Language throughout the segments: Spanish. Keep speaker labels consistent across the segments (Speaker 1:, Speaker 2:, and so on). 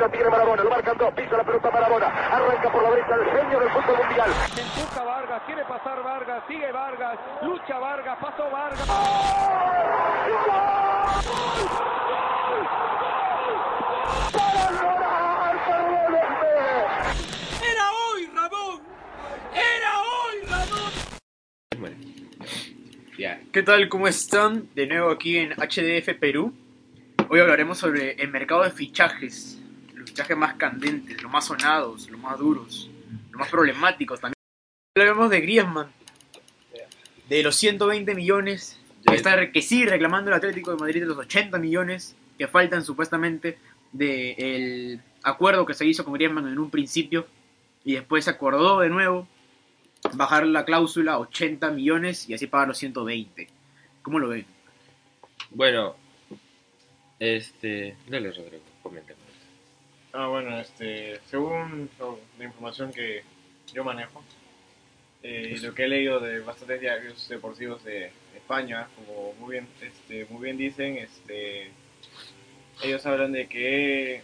Speaker 1: La tiene Marabona, lo marcan dos, pisa la pelota Marabona, arranca por la derecha el genio del fútbol mundial.
Speaker 2: Empuja Vargas, quiere pasar Vargas, sigue Vargas, lucha Vargas, pasó Vargas.
Speaker 1: ¡Para llorar, perdónenme!
Speaker 3: Era hoy, Ramón. Era hoy, Ramón.
Speaker 4: Ya. ¿Qué tal? ¿Cómo están? De nuevo aquí en HDF Perú. Hoy hablaremos sobre el mercado de fichajes. Los fichajes más candentes, los más sonados, los más duros, los más problemáticos también. Hablaremos de Griezmann. De los 120 millones. Que, está, que sigue reclamando el Atlético de Madrid de los 80 millones que faltan supuestamente del acuerdo que se hizo con Griezmann en un principio. Y después se acordó de nuevo bajar la cláusula a 80 millones y así pagar los 120. ¿Cómo lo ven?
Speaker 5: Bueno, este. Dale, Rodrigo, coméntame.
Speaker 6: Ah, bueno, este, según lo- la información que yo manejo eh, y lo que he leído de bastantes diarios deportivos de España, como muy bien, este, muy bien dicen, este, ellos hablan de que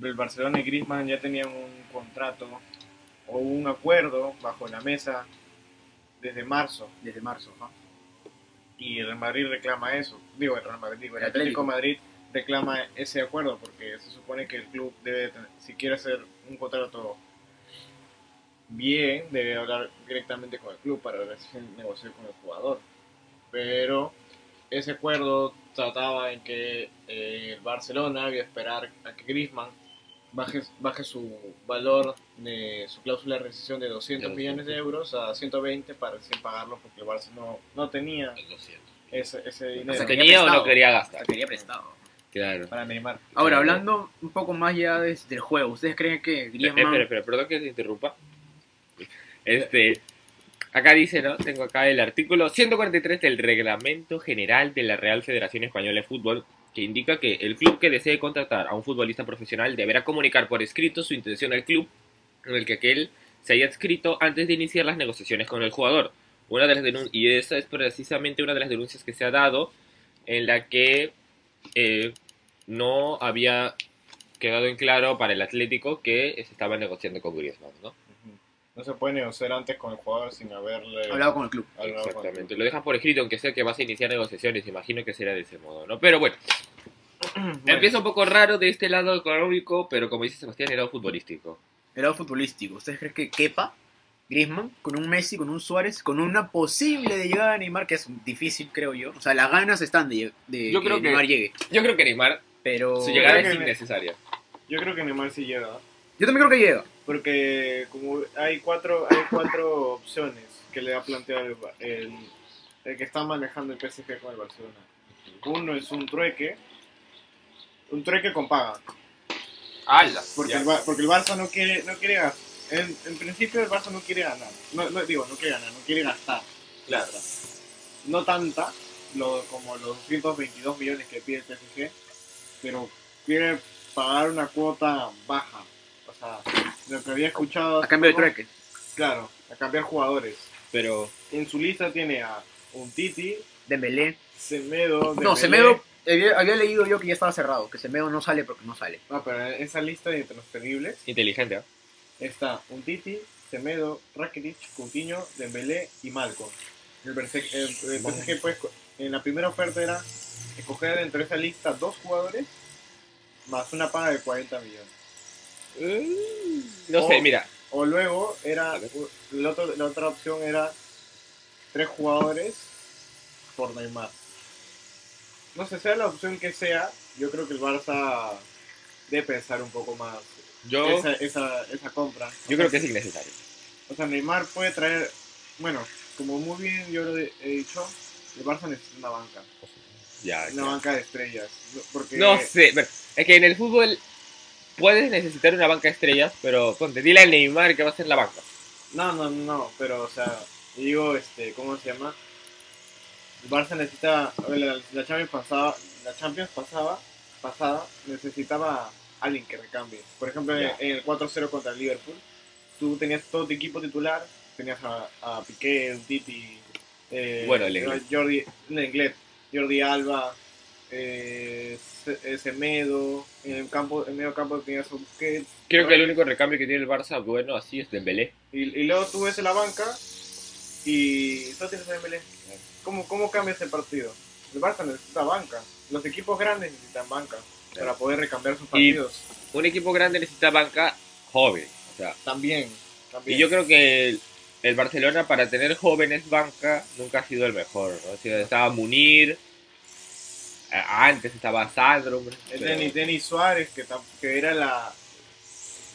Speaker 6: el Barcelona y Griezmann ya tenían un contrato o un acuerdo bajo la mesa desde marzo
Speaker 4: Desde marzo, ¿no?
Speaker 6: y el Real Madrid reclama eso. Digo, el Real Madrid, digo, el
Speaker 4: El
Speaker 6: Atlético
Speaker 4: Atlético.
Speaker 6: de Madrid reclama ese acuerdo porque se supone que el club debe, tener- si quiere hacer un contrato bien, debe hablar directamente con el club para ver si negociar con el jugador. Pero ese acuerdo trataba en que eh, el Barcelona debía esperar a que Griezmann baje, baje su valor de su cláusula de rescisión de 200
Speaker 5: De
Speaker 6: millones de euros a 120 para recién pagarlo porque el Barça no, no tenía
Speaker 5: Lo siento.
Speaker 6: ese, ese
Speaker 4: O
Speaker 6: dinero.
Speaker 4: sea, quería
Speaker 5: ¿Tenía o no
Speaker 4: prestado.
Speaker 5: quería gastar?
Speaker 4: quería prestado.
Speaker 5: Claro.
Speaker 6: Para Neymar.
Speaker 5: Claro.
Speaker 4: Ahora, hablando un poco más ya de- del juego, ¿ustedes creen que
Speaker 5: Eh,
Speaker 4: Griezmann...
Speaker 5: espera, espera, perdón que te interrumpa. Este. Acá dice, ¿no? Tengo acá el artículo 143 del Reglamento General de la Real Federación Española de Fútbol, que indica que el club que desee contratar a un futbolista profesional deberá comunicar por escrito su intención al club en el que aquel se haya adscrito antes de iniciar las negociaciones con el jugador. Una de las denun- y esa es precisamente una de las denuncias que se ha dado en la que eh, no había quedado en claro para el Atlético que se estaba negociando con Griezmann, ¿no?
Speaker 6: Ujú. No se puede negociar antes con el jugador sin haberle
Speaker 4: Hablado con el club.
Speaker 6: hablado con él.
Speaker 5: Exactamente. Lo dejan por escrito, aunque sea que vas a iniciar negociaciones. Imagino que será de ese modo, ¿no? Pero bueno, empieza un poco raro de este lado económico, pero como dice Sebastián, era futbolístico.
Speaker 4: El lado futbolístico. ¿Ustedes creen que quepa Griezmann con un Messi, con un Suárez, con una posible de llegada de Neymar, que es difícil, creo yo? O sea, las ganas están de, de
Speaker 5: Yo creo que-
Speaker 4: Neymar llegue.
Speaker 5: Yo creo que Neymar,
Speaker 4: Pero...
Speaker 5: su llegada
Speaker 6: creo
Speaker 5: es
Speaker 6: que-
Speaker 5: innecesaria.
Speaker 6: Yo creo que Neymar sí llega.
Speaker 4: Yo también creo que llega.
Speaker 6: Porque como hay cuatro, hay cuatro opciones que le ha planteado el, Ba- el, el que está manejando el PSG con el Barcelona. Uno es un trueque. Un trueque con paga.
Speaker 5: ¡Hala!
Speaker 6: Porque,
Speaker 5: Ya.
Speaker 6: el, Ba- porque el Barça no quiere, no quiere gastar. En, en principio el Barça no quiere ganar. No, no- digo, no quiere ganar, no quiere gastar. Claro. No tanta lo- como los 222 millones que pide el PSG, pero quiere pagar una cuota baja. O sea, lo que había escuchado...
Speaker 4: A cambio de
Speaker 6: hace poco-
Speaker 4: trueque.
Speaker 6: Claro, a cambiar jugadores.
Speaker 5: Pero
Speaker 6: En su lista tiene a un Titi,
Speaker 4: Dembélé.
Speaker 6: Semedo...
Speaker 4: No,
Speaker 6: Dembélé.
Speaker 4: Semedo... Había, había leído yo que ya estaba cerrado, que Semedo no sale porque no sale.
Speaker 6: No, Ah, pero en esa lista de transferibles
Speaker 5: inteligente, ¿eh?
Speaker 6: está Untiti, Semedo, Rakitic, Coutinho, Dembélé y Malcolm. El Berse- el- el PSG, pues, co- en la primera oferta era escoger entre esa lista dos jugadores más una paga de 40 millones.
Speaker 5: No sé,
Speaker 6: Oh.
Speaker 5: mira.
Speaker 6: O luego era
Speaker 5: A ver.
Speaker 6: la, otro- la otra opción era tres jugadores por Neymar. No sé, sea la opción que sea, yo creo que el Barça debe pensar un poco más
Speaker 5: Yo,
Speaker 6: esa, esa, esa compra.
Speaker 5: yo creo que es innecesario.
Speaker 6: O sea, Neymar puede traer. Bueno, como muy bien yo lo he he dicho, el Barça necesita una banca.
Speaker 5: Ya,
Speaker 6: Una
Speaker 5: claro.
Speaker 6: banca de estrellas. Porque
Speaker 5: No sé, bueno, es que en el fútbol puedes necesitar una banca de estrellas, pero ponte, dile a Neymar que va a ser la banca.
Speaker 6: No, no, no, pero, o sea, digo, este, ¿cómo se llama? El Barça necesita, a ver, la, la Champions pasada, la Champions pasaba, pasada, necesitaba alguien que recambie. Por ejemplo, en-
Speaker 5: Ya.
Speaker 6: en el 4-0 contra el Liverpool, tú tenías todo tu equipo titular, tenías a, a Piqué, un Titi, eh,
Speaker 5: Bueno, Lenglet.
Speaker 6: Jordi, Lenglet, Jordi Alba, eh, Se- eh, Semedo, en el campo, en medio campo tenías a Busquets,
Speaker 5: Creo que el único recambio que tiene el Barça, bueno, así es Dembélé.
Speaker 6: y, y luego tú ves en la banca y tú tienes a Dembélé. ¿Cómo, ¿Cómo cambias el partido? El Barça necesita banca. Los equipos grandes necesitan banca para poder recambiar sus partidos.
Speaker 5: Un equipo grande necesita banca joven. O sea,
Speaker 6: También. también.
Speaker 5: y yo creo que el, el Barcelona para tener jóvenes banca nunca ha sido el mejor. ¿no? O sea, estaba Munir, a- antes estaba Sandro. hombre,
Speaker 6: El
Speaker 5: pero-
Speaker 6: Denis, Denis Suárez, que, tam- que era la,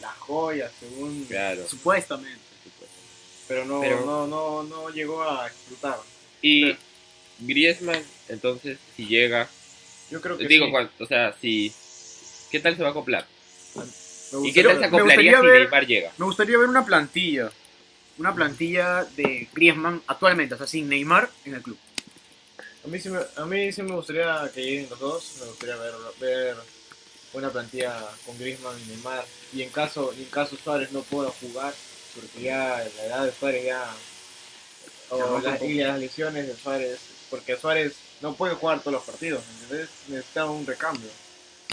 Speaker 6: la joya, según...
Speaker 5: Claro.
Speaker 4: Supuestamente.
Speaker 6: Pero, no,
Speaker 5: Pero-
Speaker 6: No, no, no llegó a explotar.
Speaker 5: Y
Speaker 6: Pero-
Speaker 5: Griezmann, entonces, si llega,
Speaker 6: Yo creo que
Speaker 5: digo,
Speaker 6: sí.
Speaker 5: cuan- o sea, si... ¿Qué tal se va a acoplar?
Speaker 6: Me
Speaker 5: ¿Y
Speaker 6: gusta-
Speaker 5: qué tal se
Speaker 4: me
Speaker 5: acoplaría
Speaker 4: gustaría
Speaker 5: si
Speaker 4: ver-
Speaker 5: Neymar llega?
Speaker 4: Me gustaría ver una plantilla. Una plantilla de Griezmann actualmente, o sea, sin Neymar en el club.
Speaker 6: A mí, sí me, a mí sí me gustaría que lleguen los dos, me gustaría ver, ver una plantilla con Griezmann y Neymar. Y en caso, y en caso Suárez no pueda jugar, porque ya la edad de Suárez ya...
Speaker 4: Ya
Speaker 6: O
Speaker 4: rompe
Speaker 6: la-
Speaker 4: un poco.
Speaker 6: y las lesiones de Suárez, porque Suárez no puede jugar todos los partidos, entonces necesita un recambio.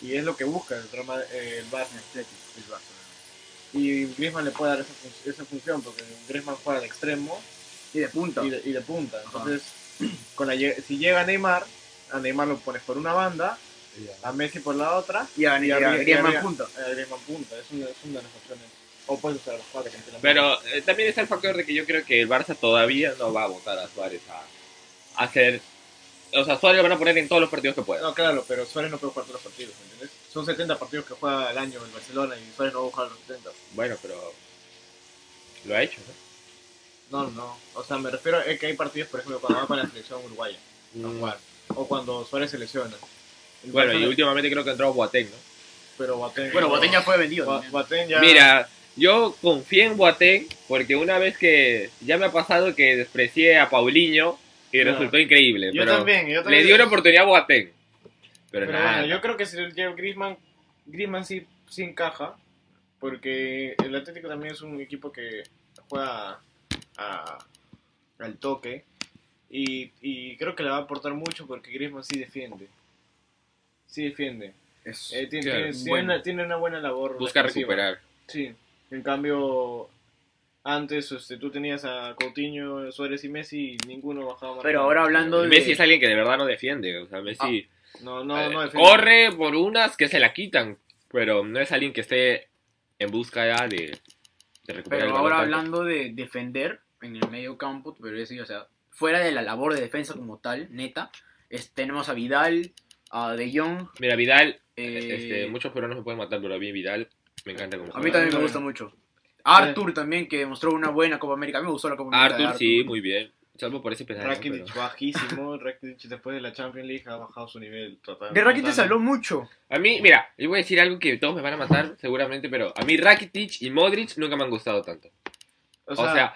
Speaker 6: Y es lo que busca el, Real Madrid- eh, el Barça. el Barça. Y Griezmann le puede dar esa, fun- esa función, porque Griezmann juega de extremo
Speaker 4: Y de punta.
Speaker 6: y de, y de punta. Entonces, con la lle- si llega Neymar, a Neymar lo pones por una banda, a Messi por la otra,
Speaker 4: Y a, y a
Speaker 6: arriba-
Speaker 4: Griezmann
Speaker 6: arriba-
Speaker 4: punta.
Speaker 6: a Griezmann punta. Es una, es una de las opciones. O puedes usar los cuatro. tranquilamente.
Speaker 5: Pero eh, también está el factor de que yo creo que el Barça todavía no va a votar a Suárez a, a hacer... O sea, Suárez lo van a poner en todos los partidos que puedan.
Speaker 6: No, claro, pero Suárez no puede jugar todos los partidos, ¿me entiendes? Son 70 partidos que juega al año el Barcelona y Suárez no va a jugar los 70.
Speaker 5: Bueno, pero... Lo ha hecho, ¿no?
Speaker 6: No, no. O sea, me refiero a que hay partidos, por ejemplo, cuando va para la selección uruguaya a
Speaker 5: Mm.
Speaker 6: jugar. O cuando Suárez se lesiona. El
Speaker 5: Bueno, y
Speaker 6: Barcelona-
Speaker 5: últimamente creo que ha entrado Boateng, ¿no?
Speaker 6: pero Boateng-
Speaker 4: Bueno, Boateng ya fue vendido.
Speaker 6: Bo-
Speaker 4: también.
Speaker 6: Boateng ya-
Speaker 5: Mira, yo confié en Boateng porque una vez que ya me ha pasado que desprecié a Paulinho y
Speaker 6: No.
Speaker 5: resultó increíble.
Speaker 6: Yo
Speaker 5: pero
Speaker 6: también, yo
Speaker 5: Le
Speaker 6: también.
Speaker 5: dio una oportunidad a Boateng. Pero,
Speaker 6: Pero
Speaker 5: nada.
Speaker 6: bueno, yo creo que si el Jeff Griezmann, Griezmann sí, sí encaja, porque el Atlético también es un equipo que juega a- al toque y, y creo que le va a aportar mucho porque Griezmann sí defiende. Sí defiende.
Speaker 4: Es-
Speaker 6: Eh, tiene,
Speaker 5: Claro,
Speaker 6: tiene- tiene
Speaker 4: bueno.
Speaker 6: una, tiene una buena labor.
Speaker 5: Busca
Speaker 6: defensiva.
Speaker 5: recuperar.
Speaker 6: Sí. En cambio, antes este, tú tenías a Coutinho, Suárez y Messi y ninguno bajaba. más.
Speaker 4: Pero ahora hablando de...
Speaker 5: Messi es alguien que de verdad no defiende. O sea,
Speaker 6: Ah.
Speaker 5: Messi
Speaker 6: No, no, no
Speaker 5: eh,
Speaker 6: defiende.
Speaker 5: corre por unas que se la quitan. Pero no es alguien que esté en busca ya de, de recuperar el
Speaker 4: Pero
Speaker 5: balón
Speaker 4: ahora
Speaker 5: tanto.
Speaker 4: hablando de defender en el medio campo, pero eso, o sea, fuera de la labor de defensa como tal, neta, es- tenemos a Vidal, a De Jong.
Speaker 5: Mira, Vidal,
Speaker 4: eh,
Speaker 5: este, muchos peruanos me pueden matar, pero a mí Vidal me encanta como
Speaker 4: a mí
Speaker 5: juega.
Speaker 4: también me gusta mucho. A Arthur también, que demostró una buena Copa América. A mí me gustó la Copa América. de
Speaker 5: Arthur, sí, muy bien. Salvo por ese penal. ¿no?
Speaker 6: Rakitic
Speaker 5: Pero-
Speaker 6: bajísimo, Rakitic después de la Champions League ha bajado su nivel total.
Speaker 4: De Rakitic se
Speaker 6: total.
Speaker 4: habló mucho.
Speaker 5: A mí, mira, yo voy a decir algo que todos me van a matar seguramente, pero a mí Rakitic y Modric nunca me han gustado tanto.
Speaker 6: O
Speaker 5: O
Speaker 6: sea,
Speaker 5: sea,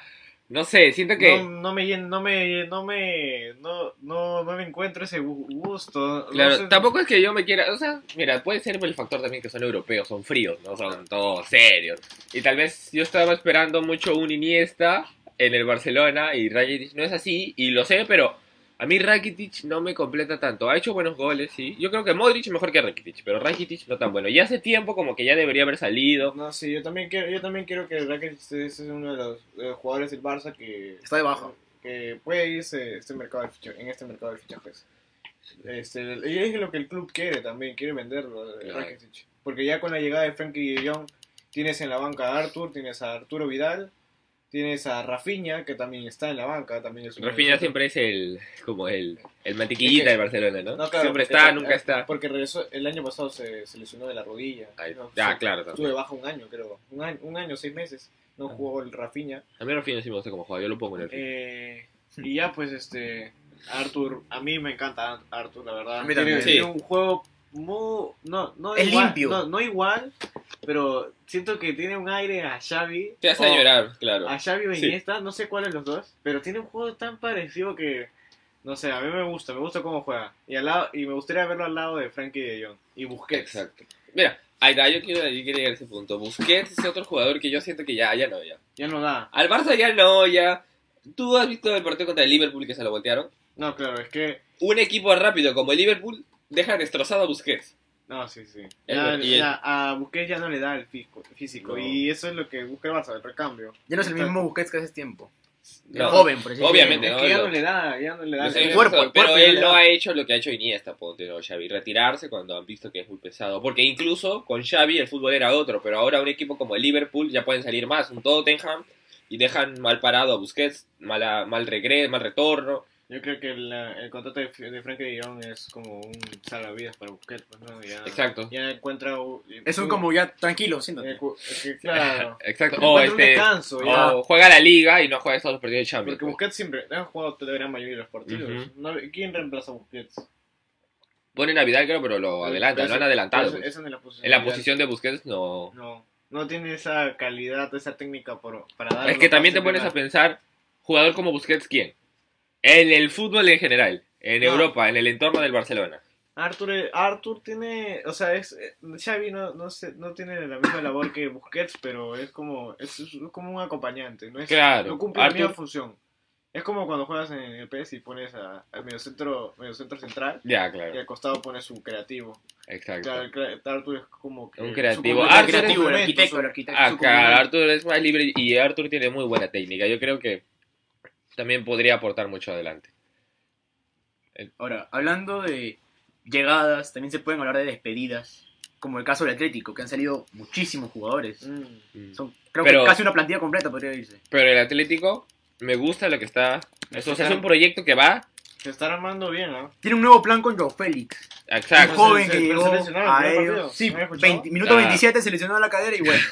Speaker 5: no sé, siento que...
Speaker 6: no, no me llen- no me no me no no, no me encuentro ese gu- gusto. No
Speaker 5: Claro,
Speaker 6: sé-
Speaker 5: tampoco es que yo me quiera, o sea, mira, puede ser por el factor también que son europeos, son fríos, no son todos serios. Y tal vez yo estaba esperando mucho un Iniesta en el Barcelona y Rakitic no es así, y lo sé, pero a mí Rakitic no me completa tanto. Ha hecho buenos goles, sí. Yo creo que Modric mejor que Rakitic, pero Rakitic no tan bueno. Y hace tiempo como que ya debería haber salido.
Speaker 6: No, sí, yo también quiero yo también quiero que Rakitic es uno de los, de los jugadores del Barça que
Speaker 4: Está de baja.
Speaker 6: que puede irse este mercado de ficha- en este mercado de fichajes. Este, y es lo que el club quiere también, quiere venderlo, eh,
Speaker 5: Claro.
Speaker 6: Rakitic. Porque ya con la llegada de Frenkie de Jong, tienes en la banca a Arthur, tienes a Arturo Vidal, tienes a Rafinha, que también está en la banca, también es un-
Speaker 5: Rafinha siempre es el, como el, el mantequillita de Barcelona, ¿no?
Speaker 6: No, claro,
Speaker 5: siempre está,
Speaker 6: eh,
Speaker 5: nunca
Speaker 6: eh,
Speaker 5: está.
Speaker 6: Porque regresó, el año pasado se, se lesionó de la rodilla.
Speaker 5: Ahí,
Speaker 6: No,
Speaker 5: ah,
Speaker 6: sí,
Speaker 5: claro, Ah.
Speaker 6: Estuve
Speaker 5: también.
Speaker 6: baja un año, creo. Un año, un año seis meses. No jugó el Rafinha.
Speaker 5: A mí Rafinha sí me gusta como juega, yo lo pongo en el...
Speaker 6: Eh, y ya, pues, este. Arthur, a mí me encanta Ar- Arthur, la verdad.
Speaker 4: A mí
Speaker 6: Tiene-
Speaker 4: también.
Speaker 6: tiene
Speaker 5: Sí.
Speaker 6: un juego muy. No, no
Speaker 4: Es
Speaker 6: igual,
Speaker 4: limpio.
Speaker 6: No, no igual, pero siento que tiene un aire a Xavi.
Speaker 5: Te hace
Speaker 6: o
Speaker 5: llorar, claro.
Speaker 6: A Xavi o
Speaker 5: Sí.
Speaker 6: Iniesta, no sé cuál de los dos, pero tiene un juego tan parecido que, no sé, a mí me gusta, me gusta cómo juega. Y, al lado, y me gustaría verlo al lado de Frankie de Jong y Busquets.
Speaker 5: Exacto. Mira, ahí está, yo quiero, yo quiero llegar a ese punto. Busquets es otro jugador que yo siento que ya, ya no, ya.
Speaker 6: Ya no da.
Speaker 5: Al Barça ya no, ya. Tú has visto el partido contra el Liverpool que se lo voltearon.
Speaker 6: No, claro, es que...
Speaker 5: Un equipo rápido como el Liverpool deja destrozado a Busquets.
Speaker 6: No, sí, sí.
Speaker 5: El-
Speaker 6: Ya-
Speaker 5: y el-
Speaker 6: ya a Busquets ya no le da el fisco- físico.
Speaker 5: No.
Speaker 6: Y eso es lo que busca el Barça, el recambio.
Speaker 4: Ya no es el
Speaker 6: Está-
Speaker 4: mismo Busquets que hace tiempo.
Speaker 5: No,
Speaker 4: Joven, por decirlo.
Speaker 5: obviamente,
Speaker 6: Es
Speaker 5: ¿no?
Speaker 6: que ya
Speaker 5: Lo-
Speaker 6: no le da, ya no le da.
Speaker 5: lo sé,
Speaker 4: el
Speaker 5: lo sé,
Speaker 4: cuerpo, el
Speaker 5: pero
Speaker 4: cuerpo ya
Speaker 5: él
Speaker 4: le
Speaker 5: no
Speaker 4: da.
Speaker 5: ha hecho lo que ha hecho Iniesta, ponte, ¿no? Xavi, retirarse cuando han visto que es muy pesado. Porque incluso con Xavi el fútbol era otro, pero ahora un equipo como el Liverpool ya pueden salir más, un Tottenham, y dejan mal parado a Busquets, mala, mal regreso, mal retorno.
Speaker 6: Yo creo que el, el contrato de, de Frankie de Jong es como un salvavidas para Busquets, pues, ¿no? Ya,
Speaker 5: Exacto.
Speaker 6: Ya encuentra... u-
Speaker 4: Es un
Speaker 6: u-
Speaker 4: como ya tranquilo, siéntate.
Speaker 6: eh, cu- es que, claro.
Speaker 5: Exacto. O,
Speaker 6: Encuentra un
Speaker 5: Oh, este,
Speaker 6: descanso, ya.
Speaker 5: o juega la liga y no juega todos los partidos de Champions.
Speaker 6: Porque Busquets siempre ha jugado la gran mayoría de los partidos.
Speaker 5: Ujú.
Speaker 6: No- ¿Quién reemplaza a Busquets?
Speaker 5: Pone Navidad, creo, pero lo adelantan,
Speaker 6: Pero
Speaker 5: lo han
Speaker 6: ese-
Speaker 5: adelantado.
Speaker 6: pero
Speaker 5: pues.
Speaker 6: ese- ese no es la posición
Speaker 5: En la
Speaker 6: ideal.
Speaker 5: posición de Busquets no.
Speaker 6: No, no tiene esa calidad, esa técnica por- para dar.
Speaker 5: Es que también te pones a pensar, jugador como Busquets, ¿quién? En el fútbol en general, en
Speaker 6: No.
Speaker 5: Europa, en el entorno del Barcelona.
Speaker 6: Arthur, eh, Arthur tiene. O sea, es, eh, Xavi no, no, sé, no tiene la misma labor que Busquets, pero es como, es, es como un acompañante. No es,
Speaker 5: Claro,
Speaker 6: No cumple la
Speaker 5: Arthur-
Speaker 6: misma función. Es como cuando juegas en el PS y pones a- al mediocentro mediocentro central
Speaker 5: Ya,
Speaker 6: y
Speaker 5: claro.
Speaker 6: al costado pones su creativo.
Speaker 5: Exacto.
Speaker 6: Claro, el cre- Arthur es como que.
Speaker 5: Un
Speaker 6: su
Speaker 5: creativo.
Speaker 6: complemento,
Speaker 4: El
Speaker 5: Arthur
Speaker 6: su
Speaker 4: creativo, el
Speaker 6: complemento,
Speaker 4: arquitecto,
Speaker 6: su-
Speaker 4: el arquitecto. su
Speaker 5: Acá,
Speaker 4: comunidad.
Speaker 5: Ah, Arthur es más libre y Arthur tiene muy buena técnica. Yo creo que también podría aportar mucho adelante.
Speaker 4: Ahora, hablando de llegadas, también se pueden hablar de despedidas. Como el caso del Atlético, que han salido muchísimos jugadores.
Speaker 6: Mm.
Speaker 4: Son, creo
Speaker 5: Pero-
Speaker 4: que casi una plantilla completa, podría decirse.
Speaker 5: Pero el Atlético, me gusta lo que está... eso, o sea, es un proyecto que va...
Speaker 6: Se está armando bien, ¿no?
Speaker 4: Tiene un nuevo plan con Joe Félix. Un
Speaker 5: Exacto.
Speaker 4: joven
Speaker 6: se-
Speaker 4: que
Speaker 6: se-
Speaker 4: llegó
Speaker 6: se lesionó en el
Speaker 4: a
Speaker 6: primer partido.
Speaker 4: ellos. Sí,
Speaker 6: ¿No había escuchado?
Speaker 4: 20 minuto
Speaker 5: Ah.
Speaker 4: 27 se lesionó la cadera y bueno.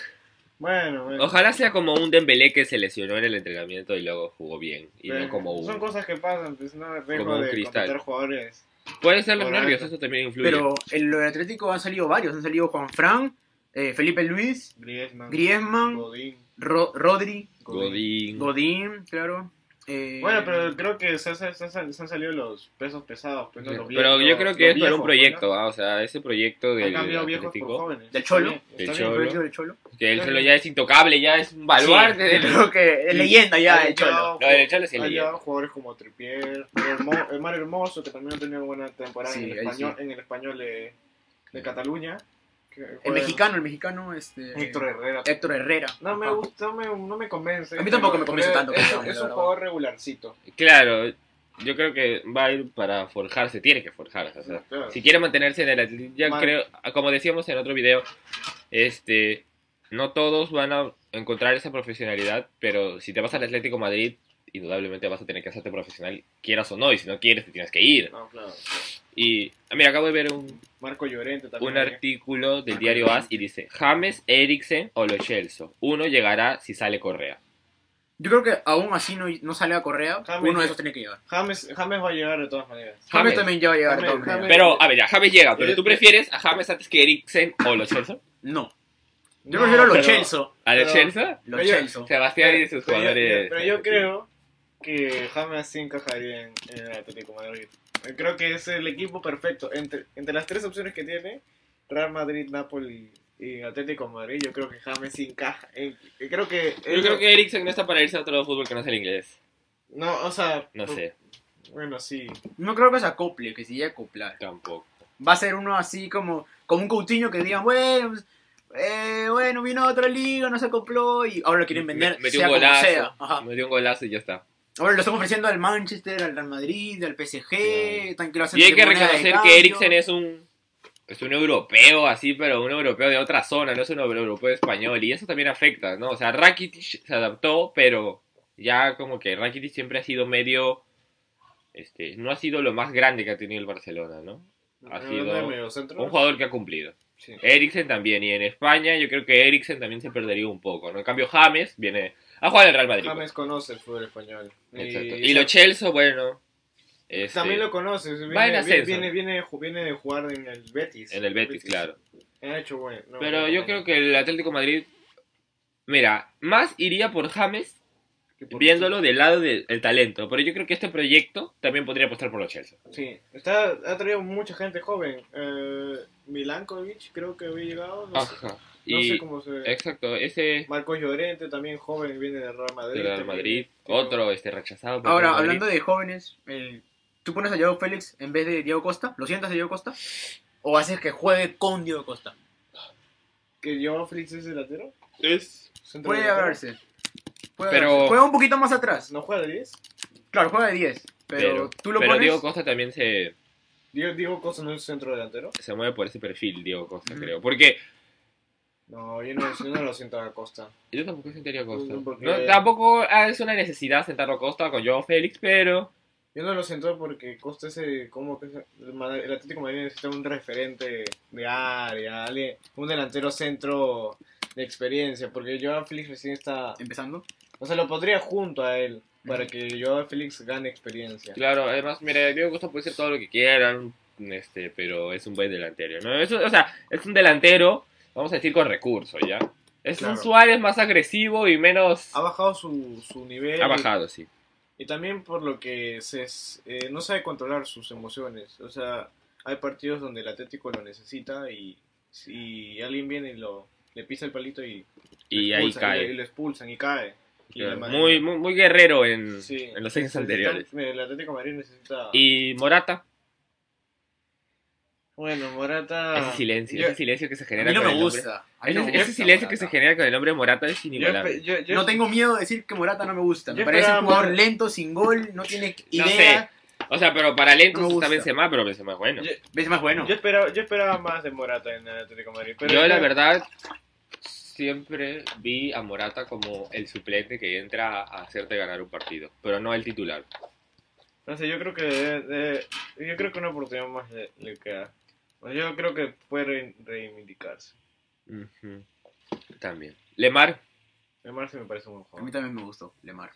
Speaker 6: Bueno, bueno.
Speaker 5: Ojalá sea como un Dembélé que se lesionó en el entrenamiento y luego jugó bien. Y
Speaker 6: Pero
Speaker 5: no como
Speaker 6: Eh, Son
Speaker 5: un...
Speaker 6: cosas que pasan, pues no
Speaker 5: Como
Speaker 6: dejo
Speaker 5: un
Speaker 6: de
Speaker 5: cristal.
Speaker 6: contratar jugadores.
Speaker 5: Puede ser los
Speaker 6: Correcto.
Speaker 5: nervios, eso también influye.
Speaker 4: Pero en lo del Atlético han salido varios. Han salido Juan Fran, eh, Felipe Luis,
Speaker 6: Griezmann,
Speaker 4: Griezmann,
Speaker 6: Godín.
Speaker 4: Ro- Rodri,
Speaker 5: Godín.
Speaker 4: Godín, claro. eh,
Speaker 6: Bueno, pero creo que se, se- se- se- se han salido los pesos pesados. Pues, no, los
Speaker 5: pero
Speaker 6: viejos,
Speaker 5: yo creo que
Speaker 6: los
Speaker 5: es para un
Speaker 6: viejos,
Speaker 5: proyecto, ah, o sea, ese proyecto
Speaker 6: ¿no? Han
Speaker 5: del
Speaker 6: cambiado viejos por
Speaker 5: Atlético,
Speaker 6: jóvenes.
Speaker 4: Del Cholo.
Speaker 6: Está bien,
Speaker 5: Del
Speaker 6: está
Speaker 4: el
Speaker 6: bien.
Speaker 5: Cholo.
Speaker 4: proyecto del Cholo.
Speaker 5: que él solo ya es intocable, ya es un baluarte
Speaker 4: Sí,
Speaker 5: del-
Speaker 4: creo que es leyenda ya el Cholo.
Speaker 6: Han llevado
Speaker 5: No, el Cholo es el
Speaker 6: Han
Speaker 5: líder.
Speaker 6: llevado jugadores como Tripier, Hermo- el Mar Hermoso, que también ha tenido buena temporada
Speaker 4: Sí,
Speaker 6: en, el
Speaker 4: él
Speaker 6: español,
Speaker 4: sí.
Speaker 6: en el español de, de Cataluña. que
Speaker 4: El
Speaker 6: juega
Speaker 4: mexicano, el mexicano, este.
Speaker 6: pues. Héctor Herrera.
Speaker 4: Héctor Herrera.
Speaker 6: No me
Speaker 4: Ajá.
Speaker 6: gusta, no me, no me convence.
Speaker 4: A mí tampoco me convence tanto,
Speaker 6: Es,
Speaker 4: cabrón,
Speaker 6: es
Speaker 4: la
Speaker 6: un
Speaker 4: verdad.
Speaker 6: jugador regularcito.
Speaker 5: Claro, yo creo que va a ir para forjarse, tiene que forjarse, o sea,
Speaker 6: Claro.
Speaker 5: si quiere mantenerse en el Atlético, ya
Speaker 6: Mal.
Speaker 5: creo, ah, como decíamos en otro video, este, no todos van a encontrar esa profesionalidad, pero si te vas al Atlético Madrid, indudablemente vas a tener que hacerte profesional, quieras o no, y si no quieres, te tienes que ir.
Speaker 6: No, claro.
Speaker 5: Y, ah, mira, acabo de ver un,
Speaker 6: Marco Llorente también. ¿eh?
Speaker 5: un artículo del diario AS y dice James, Eriksen o Lo Celso. Uno llegará si sale Correa.
Speaker 4: Yo creo que aún así no, no sale a Correa.
Speaker 6: James.
Speaker 4: Uno de esos tiene que llegar.
Speaker 6: James, James va a llegar de todas maneras.
Speaker 4: James
Speaker 5: James.
Speaker 4: también ya va a llegar.
Speaker 6: James,
Speaker 4: de todas maneras.
Speaker 6: James.
Speaker 5: Pero, a ver, ya James llega,
Speaker 6: este
Speaker 5: pero ¿tú prefieres a James antes que Eriksen o Lo Celso?
Speaker 4: No. Yo
Speaker 6: No,
Speaker 4: prefiero a los
Speaker 6: pero-
Speaker 4: Chelsea.
Speaker 5: ¿A Lo
Speaker 6: Pero-
Speaker 5: Celso?
Speaker 4: Los
Speaker 6: Pero yo-
Speaker 4: Chelsea.
Speaker 5: Sebastián y sus
Speaker 6: pero yo-
Speaker 5: jugadores.
Speaker 6: Pero yo creo que James sí encajaría en, en el Atlético de Madrid. Creo que es el equipo perfecto. Entre, entre las tres opciones que tiene, Real Madrid, Napoli y Atlético de Madrid, yo creo que James sí encaja. en- creo que...
Speaker 5: Yo creo que Eriksen no está para irse a otro fútbol que no es el inglés.
Speaker 6: No, o sea...
Speaker 5: No sé,
Speaker 6: Bueno, sí.
Speaker 4: No creo que se acople, que se llegue a acoplar.
Speaker 5: tampoco.
Speaker 4: Va a ser uno así como, como un Coutinho que digan, bueno, pues, eh, bueno, vino a otra liga, no se acopló y ahora lo quieren vender.
Speaker 5: Metió
Speaker 4: sea
Speaker 5: un
Speaker 4: como
Speaker 5: golazo.
Speaker 4: sea. Ajá.
Speaker 5: Metió un golazo y ya está.
Speaker 4: Ahora lo están ofreciendo al Manchester, al Real Madrid, al PSG. están que lo hacen
Speaker 5: Y hay
Speaker 4: de
Speaker 5: que
Speaker 4: moneda de
Speaker 5: reconocer
Speaker 4: cambio.
Speaker 5: que Eriksen es un. Es un europeo así, pero un europeo de otra zona, no es un europeo español. Y eso también afecta, ¿no? O sea, Rakitic se adaptó, pero ya como que Rakitic siempre ha sido medio. Este, no ha sido lo más grande que ha tenido el Barcelona, ¿no? Ha sido Un jugador que ha cumplido.
Speaker 6: Sí.
Speaker 5: Eriksen también. Y en España yo creo que Eriksen también se perdería un poco, ¿no? En cambio, James viene a jugar en el Real Madrid. pues.
Speaker 6: James conoce el fútbol español.
Speaker 5: Exacto. Y lo Chelsea, bueno. este,
Speaker 6: También lo conoce. Viene,
Speaker 5: en ascenso.
Speaker 6: viene, viene, ju- viene de jugar en el Betis.
Speaker 5: En el Betis, claro.
Speaker 6: Ha hecho bueno. no,
Speaker 5: Pero
Speaker 6: no,
Speaker 5: yo
Speaker 6: no.
Speaker 5: creo que el Atlético de Madrid. Mira, más iría por James
Speaker 6: Que por-
Speaker 5: viéndolo del lado del el talento. Pero yo creo que este proyecto también podría apostar por los Chelsea.
Speaker 6: Sí, está, ha traído mucha gente joven. Eh, Milankovic creo que había llegado. No, sé,
Speaker 5: Ajá.
Speaker 6: no
Speaker 5: Y,
Speaker 6: sé cómo se...
Speaker 5: Exacto, ese
Speaker 6: Marcos Llorente también joven, viene del Real Madrid. este
Speaker 5: de Real
Speaker 6: también.
Speaker 5: Madrid.
Speaker 6: Tipo,
Speaker 5: Otro este, rechazado. por
Speaker 4: Ahora,
Speaker 5: Real Madrid.
Speaker 4: hablando de jóvenes, el- ¿tú pones a Diego Félix en vez de Diego Costa? ¿Lo sientas a Diego Costa? ¿O haces que juegue con Diego Costa?
Speaker 6: ¿Que Joao Félix es delantero?
Speaker 5: Es...
Speaker 6: ¿Centro
Speaker 4: Puede
Speaker 6: delantero?
Speaker 4: hablarse. Puede
Speaker 5: Pero-
Speaker 4: hablarse. Juega un poquito más atrás.
Speaker 6: ¿No juega de 10?
Speaker 4: Claro, juega de 10.
Speaker 5: Pero,
Speaker 4: Pero, tú lo
Speaker 5: pero
Speaker 4: pones.
Speaker 5: Diego Costa también se,
Speaker 6: Diego, Diego Costa no es centro delantero.
Speaker 5: se mueve por ese perfil, Diego Costa,
Speaker 4: Mm.
Speaker 5: creo. Porque
Speaker 6: No, yo no, yo no lo siento a Costa.
Speaker 5: yo tampoco sentaría a Costa.
Speaker 6: No, porque-
Speaker 5: No, tampoco ah, es una necesidad sentarlo a Costa con Joao Félix, pero
Speaker 6: Yo no lo siento porque Costa ese, como que es- el, Ma- el Atlético de Madrid necesita un referente de área, alguien- un delantero centro de experiencia, porque Joao Félix recién está,
Speaker 4: Empezando.
Speaker 6: o sea, lo pondría junto a él para que Joao Félix gane experiencia.
Speaker 5: claro, además, mira, Diego Costa puede ser todo lo que quieran, este, pero es un buen delantero, ¿no? Es un- o sea, es un delantero, vamos a decir, con recursos, ¿ya? Es un
Speaker 6: Claro.
Speaker 5: Suárez más agresivo y menos...
Speaker 4: Ah,
Speaker 6: Ha bajado su, su nivel.
Speaker 5: Ha bajado, sí.
Speaker 6: Y también por lo que se es- eh, no sabe controlar sus emociones. O sea, hay partidos donde el Atlético lo necesita y si alguien viene y lo, le pisa el palito y,
Speaker 5: Y
Speaker 6: lo
Speaker 5: ahí
Speaker 6: expulsan, y
Speaker 5: cae.
Speaker 6: le- y lo expulsan y cae. Y
Speaker 5: Claro,
Speaker 6: la Madrid-
Speaker 5: muy, muy, muy guerrero en,
Speaker 6: Sí.
Speaker 5: en los años
Speaker 6: Necesitan-
Speaker 5: anteriores.
Speaker 6: El Atlético de Madrid necesita.
Speaker 5: Y Morata,
Speaker 6: Bueno, Morata.
Speaker 5: ese silencio,
Speaker 6: Yo,
Speaker 5: ese silencio que se
Speaker 4: Ah, A
Speaker 5: genera
Speaker 4: mí no
Speaker 5: con
Speaker 4: me
Speaker 5: el nombre-
Speaker 4: gusta. A mí
Speaker 5: ese
Speaker 4: no me
Speaker 5: ese
Speaker 4: gusta
Speaker 5: silencio que
Speaker 4: Morata.
Speaker 5: se genera con el nombre de Morata es
Speaker 6: yo,
Speaker 5: inigualable.
Speaker 6: yo- yo-
Speaker 4: No tengo miedo de decir que Morata no me gusta. Me
Speaker 6: Yo
Speaker 4: parece un
Speaker 6: esperaba
Speaker 4: jugador
Speaker 6: más-
Speaker 4: lento, sin gol, no tiene
Speaker 5: No
Speaker 4: idea.
Speaker 5: O sea, pero para lento
Speaker 4: No me
Speaker 5: está
Speaker 4: gusta.
Speaker 5: Benzema, pero Benzema es bueno.
Speaker 6: Yo-
Speaker 5: Yo,
Speaker 4: ¿Ves más bueno?
Speaker 6: yo esperaba, yo esperaba más de Morata en el Atlético de Madrid. Pero
Speaker 5: la verdad siempre vi a Morata como el suplente que entra a hacerte ganar un partido, pero no el titular.
Speaker 6: No sé, yo creo que. eh, eh, yo creo que una oportunidad más le, le queda. Bueno, yo creo que puede re- reivindicarse.
Speaker 5: Ujú. También. Lemar.
Speaker 6: Neymar se me parece un buen
Speaker 4: A mí
Speaker 6: jugador.
Speaker 4: también me gustó, Lemar.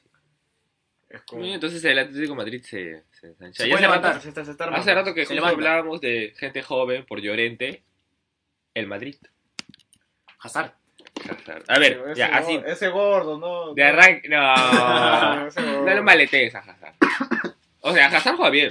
Speaker 6: Es como.
Speaker 5: Entonces el Atlético de Madrid se, se ensancha.
Speaker 4: Se
Speaker 5: Y
Speaker 4: puede
Speaker 5: hace rato-
Speaker 4: levantar.
Speaker 6: Se está, se está
Speaker 5: Hace
Speaker 6: armando.
Speaker 5: rato que
Speaker 4: Se
Speaker 5: justo
Speaker 4: levanta.
Speaker 5: hablábamos de gente joven por Llorente, el Madrid.
Speaker 4: Hazard.
Speaker 5: A ver,
Speaker 6: Ese
Speaker 5: ya,
Speaker 6: gor-
Speaker 5: así.
Speaker 6: Ese gordo, ¿no?
Speaker 5: De
Speaker 6: no.
Speaker 5: arranque. No.
Speaker 6: Ese
Speaker 5: no
Speaker 6: gordo.
Speaker 5: lo maletees a Hazard. O sea, Hazard juega bien.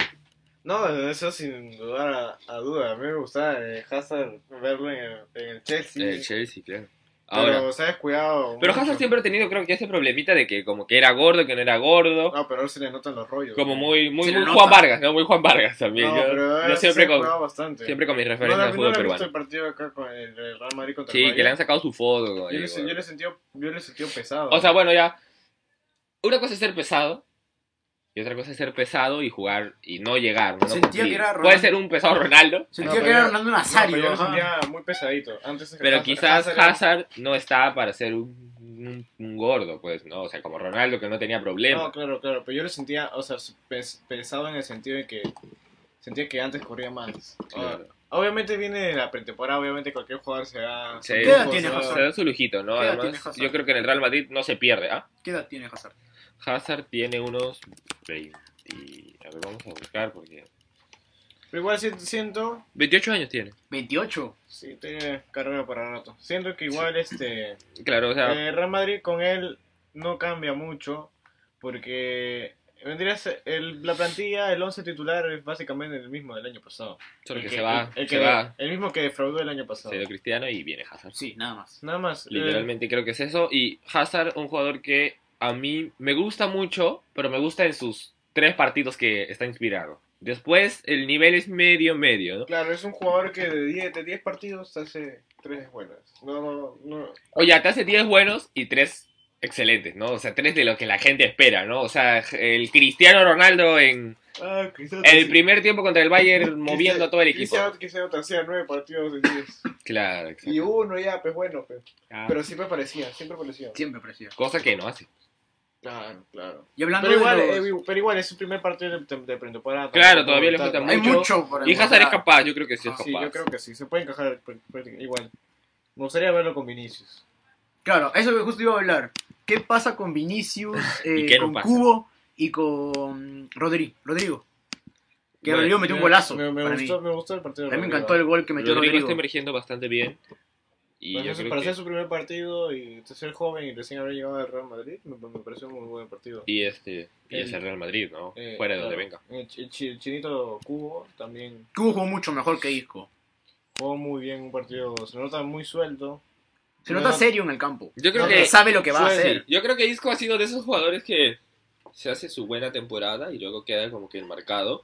Speaker 6: No, eso sin dudar a, a duda. A mí me gustaba eh, Hazard verlo en el, en el Chelsea.
Speaker 5: El Chelsea, claro.
Speaker 6: Ahora.
Speaker 5: Ahora.
Speaker 6: se ha descuidado.
Speaker 5: Pero
Speaker 6: mucho.
Speaker 5: Hazard siempre ha tenido, creo que ese problemita de que como que era gordo, que no era gordo.
Speaker 6: No, pero ahora se le notan los rollos.
Speaker 5: Como muy, muy,
Speaker 4: Se le
Speaker 5: muy
Speaker 4: nota.
Speaker 5: Juan Vargas, ¿no? Muy Juan Vargas también.
Speaker 6: No,
Speaker 5: yo
Speaker 6: pero
Speaker 5: yo
Speaker 6: ahora sí
Speaker 5: siempre
Speaker 6: se
Speaker 5: con,
Speaker 6: juega bastante.
Speaker 5: siempre con mis
Speaker 6: no, no,
Speaker 5: referencias
Speaker 6: no,
Speaker 5: al
Speaker 6: no
Speaker 5: fútbol
Speaker 6: he visto el
Speaker 5: peruano.
Speaker 6: partido acá con el, el Real Madrid contra
Speaker 5: Sí,
Speaker 6: el
Speaker 5: que le han
Speaker 6: Bayern.
Speaker 5: sacado su foto.
Speaker 6: Yo
Speaker 5: ahí,
Speaker 6: le, yo
Speaker 5: gordo.
Speaker 6: le sentí, yo le sentí pesado.
Speaker 5: O sea, bueno, ya. Una cosa es ser pesado. Y otra cosa es ser pesado y jugar y no llegar. No
Speaker 4: Sentía
Speaker 5: cumplir.
Speaker 4: que era Ronaldo.
Speaker 5: Puede ser un pesado Ronaldo.
Speaker 4: Sentía
Speaker 6: pero
Speaker 4: que era
Speaker 6: yo-
Speaker 4: Hernando
Speaker 6: no, pero
Speaker 4: Nazario.
Speaker 6: yo lo
Speaker 4: ajá.
Speaker 6: sentía muy pesadito. Antes
Speaker 5: Pero
Speaker 6: Hazard-
Speaker 5: quizás
Speaker 6: Hazard era-
Speaker 5: Hazard no está para ser un, un- un gordo, pues, ¿no? O sea, como Ronaldo que no tenía
Speaker 6: No,
Speaker 5: problemas.
Speaker 6: claro, claro. Pero yo lo sentía, o sea, pes- pesado en el sentido de que sentía que antes corría más.
Speaker 5: Claro.
Speaker 6: Obviamente viene de la pretemporada, obviamente cualquier jugador se da.
Speaker 5: Se,
Speaker 6: su
Speaker 4: ¿Qué edad
Speaker 6: lujo,
Speaker 4: tiene
Speaker 6: se da-
Speaker 4: Hazard?
Speaker 5: se pues, da su lujito, ¿no?
Speaker 4: ¿Qué edad tiene
Speaker 5: Además,
Speaker 4: Hazard?
Speaker 5: yo creo que en el Real Madrid no se pierde, ¿ah?
Speaker 4: ¿Qué edad tiene Hazard?
Speaker 5: Hazard tiene unos 20. A ver, vamos a buscar porque.
Speaker 6: Pero igual si- siento,
Speaker 5: 28 años tiene.
Speaker 4: 28.
Speaker 6: sí, tiene carrera para rato. Siento que igual este
Speaker 5: Claro, o sea.
Speaker 6: eh, Real Madrid con él no cambia mucho porque vendría a ser- el- la plantilla, el 11 titular es básicamente el mismo del año pasado.
Speaker 5: solo que
Speaker 6: El que-
Speaker 5: se va.
Speaker 6: el, el
Speaker 5: se
Speaker 6: que-
Speaker 5: va.
Speaker 6: el mismo que defraudó el año pasado.
Speaker 5: Se dio cristiano y viene Hazard.
Speaker 4: Sí, nada más.
Speaker 6: Nada más. eh,
Speaker 5: Literalmente creo que es eso. Y Hazard, un jugador que a mí me gusta mucho, pero me gusta en sus tres partidos que está inspirado. Después el nivel es medio, medio, ¿no?
Speaker 6: Claro, es un jugador que de 10 de 10 partidos hace 3 buenas. No, no, no.
Speaker 5: Oye, acá hace 10 buenos y tres excelentes, ¿no? O sea, tres de lo que la gente espera, ¿no? O sea, el Cristiano Ronaldo en
Speaker 6: Ah, quizás.
Speaker 5: el primer tiempo contra el Bayern moviendo a todo el equipo.
Speaker 6: Quizás te hacía 9 partidos de 10.
Speaker 5: Claro,
Speaker 6: Y
Speaker 5: exacto.
Speaker 6: uno ya, pues bueno, pues.
Speaker 5: Ah,
Speaker 6: Pero siempre parecía, siempre parecía.
Speaker 4: Siempre parecía.
Speaker 5: Cosa que no hace.
Speaker 6: Claro, claro.
Speaker 4: Y hablando
Speaker 6: Pero igual,
Speaker 4: de. los-
Speaker 6: eh, pero igual es su primer partido de, de, de pretemporada.
Speaker 5: Claro,
Speaker 6: Tampoco
Speaker 5: todavía le
Speaker 6: tanto.
Speaker 5: falta
Speaker 4: hay
Speaker 5: mucho.
Speaker 4: mucho por
Speaker 5: Y Hazard es
Speaker 4: demostrar.
Speaker 5: capaz, yo creo que sí es
Speaker 6: Ah,
Speaker 5: capaz.
Speaker 6: Sí, yo creo que sí. Se puede encajar pr- pr- igual. Me gustaría verlo con Vinicius.
Speaker 4: Claro, eso que justo iba a hablar. ¿Qué pasa con Vinicius,
Speaker 5: ¿Y
Speaker 4: eh,
Speaker 5: qué no
Speaker 4: con
Speaker 5: pasa?
Speaker 4: Cubo y con Rodri- Rodrigo? Que
Speaker 5: Bueno,
Speaker 4: Rodrigo metió un golazo.
Speaker 6: Me, me
Speaker 4: para
Speaker 6: gustó,
Speaker 4: mí.
Speaker 6: me gustó el partido.
Speaker 4: A
Speaker 6: de
Speaker 4: mí me
Speaker 6: Rodrigo.
Speaker 4: encantó el gol que metió
Speaker 5: Rodrigo,
Speaker 4: Rodrigo.
Speaker 5: está emergiendo bastante bien. Y
Speaker 6: para
Speaker 5: yo
Speaker 6: ser,
Speaker 5: creo
Speaker 6: para
Speaker 5: que-
Speaker 6: ser su primer partido y ser joven y recién haber llegado al Real Madrid, me, me pareció un muy buen partido.
Speaker 5: Y este. Y
Speaker 6: El-
Speaker 5: es el Real Madrid, ¿no?
Speaker 6: Eh,
Speaker 5: Fuera de
Speaker 6: claro,
Speaker 5: donde venga.
Speaker 6: El, chi- el chi- el chinito Cubo también
Speaker 4: Cubo jugó mucho mejor que Isco.
Speaker 6: jugó muy bien un partido. Se nota muy suelto.
Speaker 4: Se
Speaker 6: No,
Speaker 4: nota
Speaker 6: no.
Speaker 4: serio en el campo.
Speaker 5: Yo creo
Speaker 4: No,
Speaker 5: que.
Speaker 4: que sabe lo que va a
Speaker 6: Suele-
Speaker 4: hacer.
Speaker 5: Yo creo que Isco ha sido de esos jugadores que se hace su buena temporada y luego queda como que enmarcado.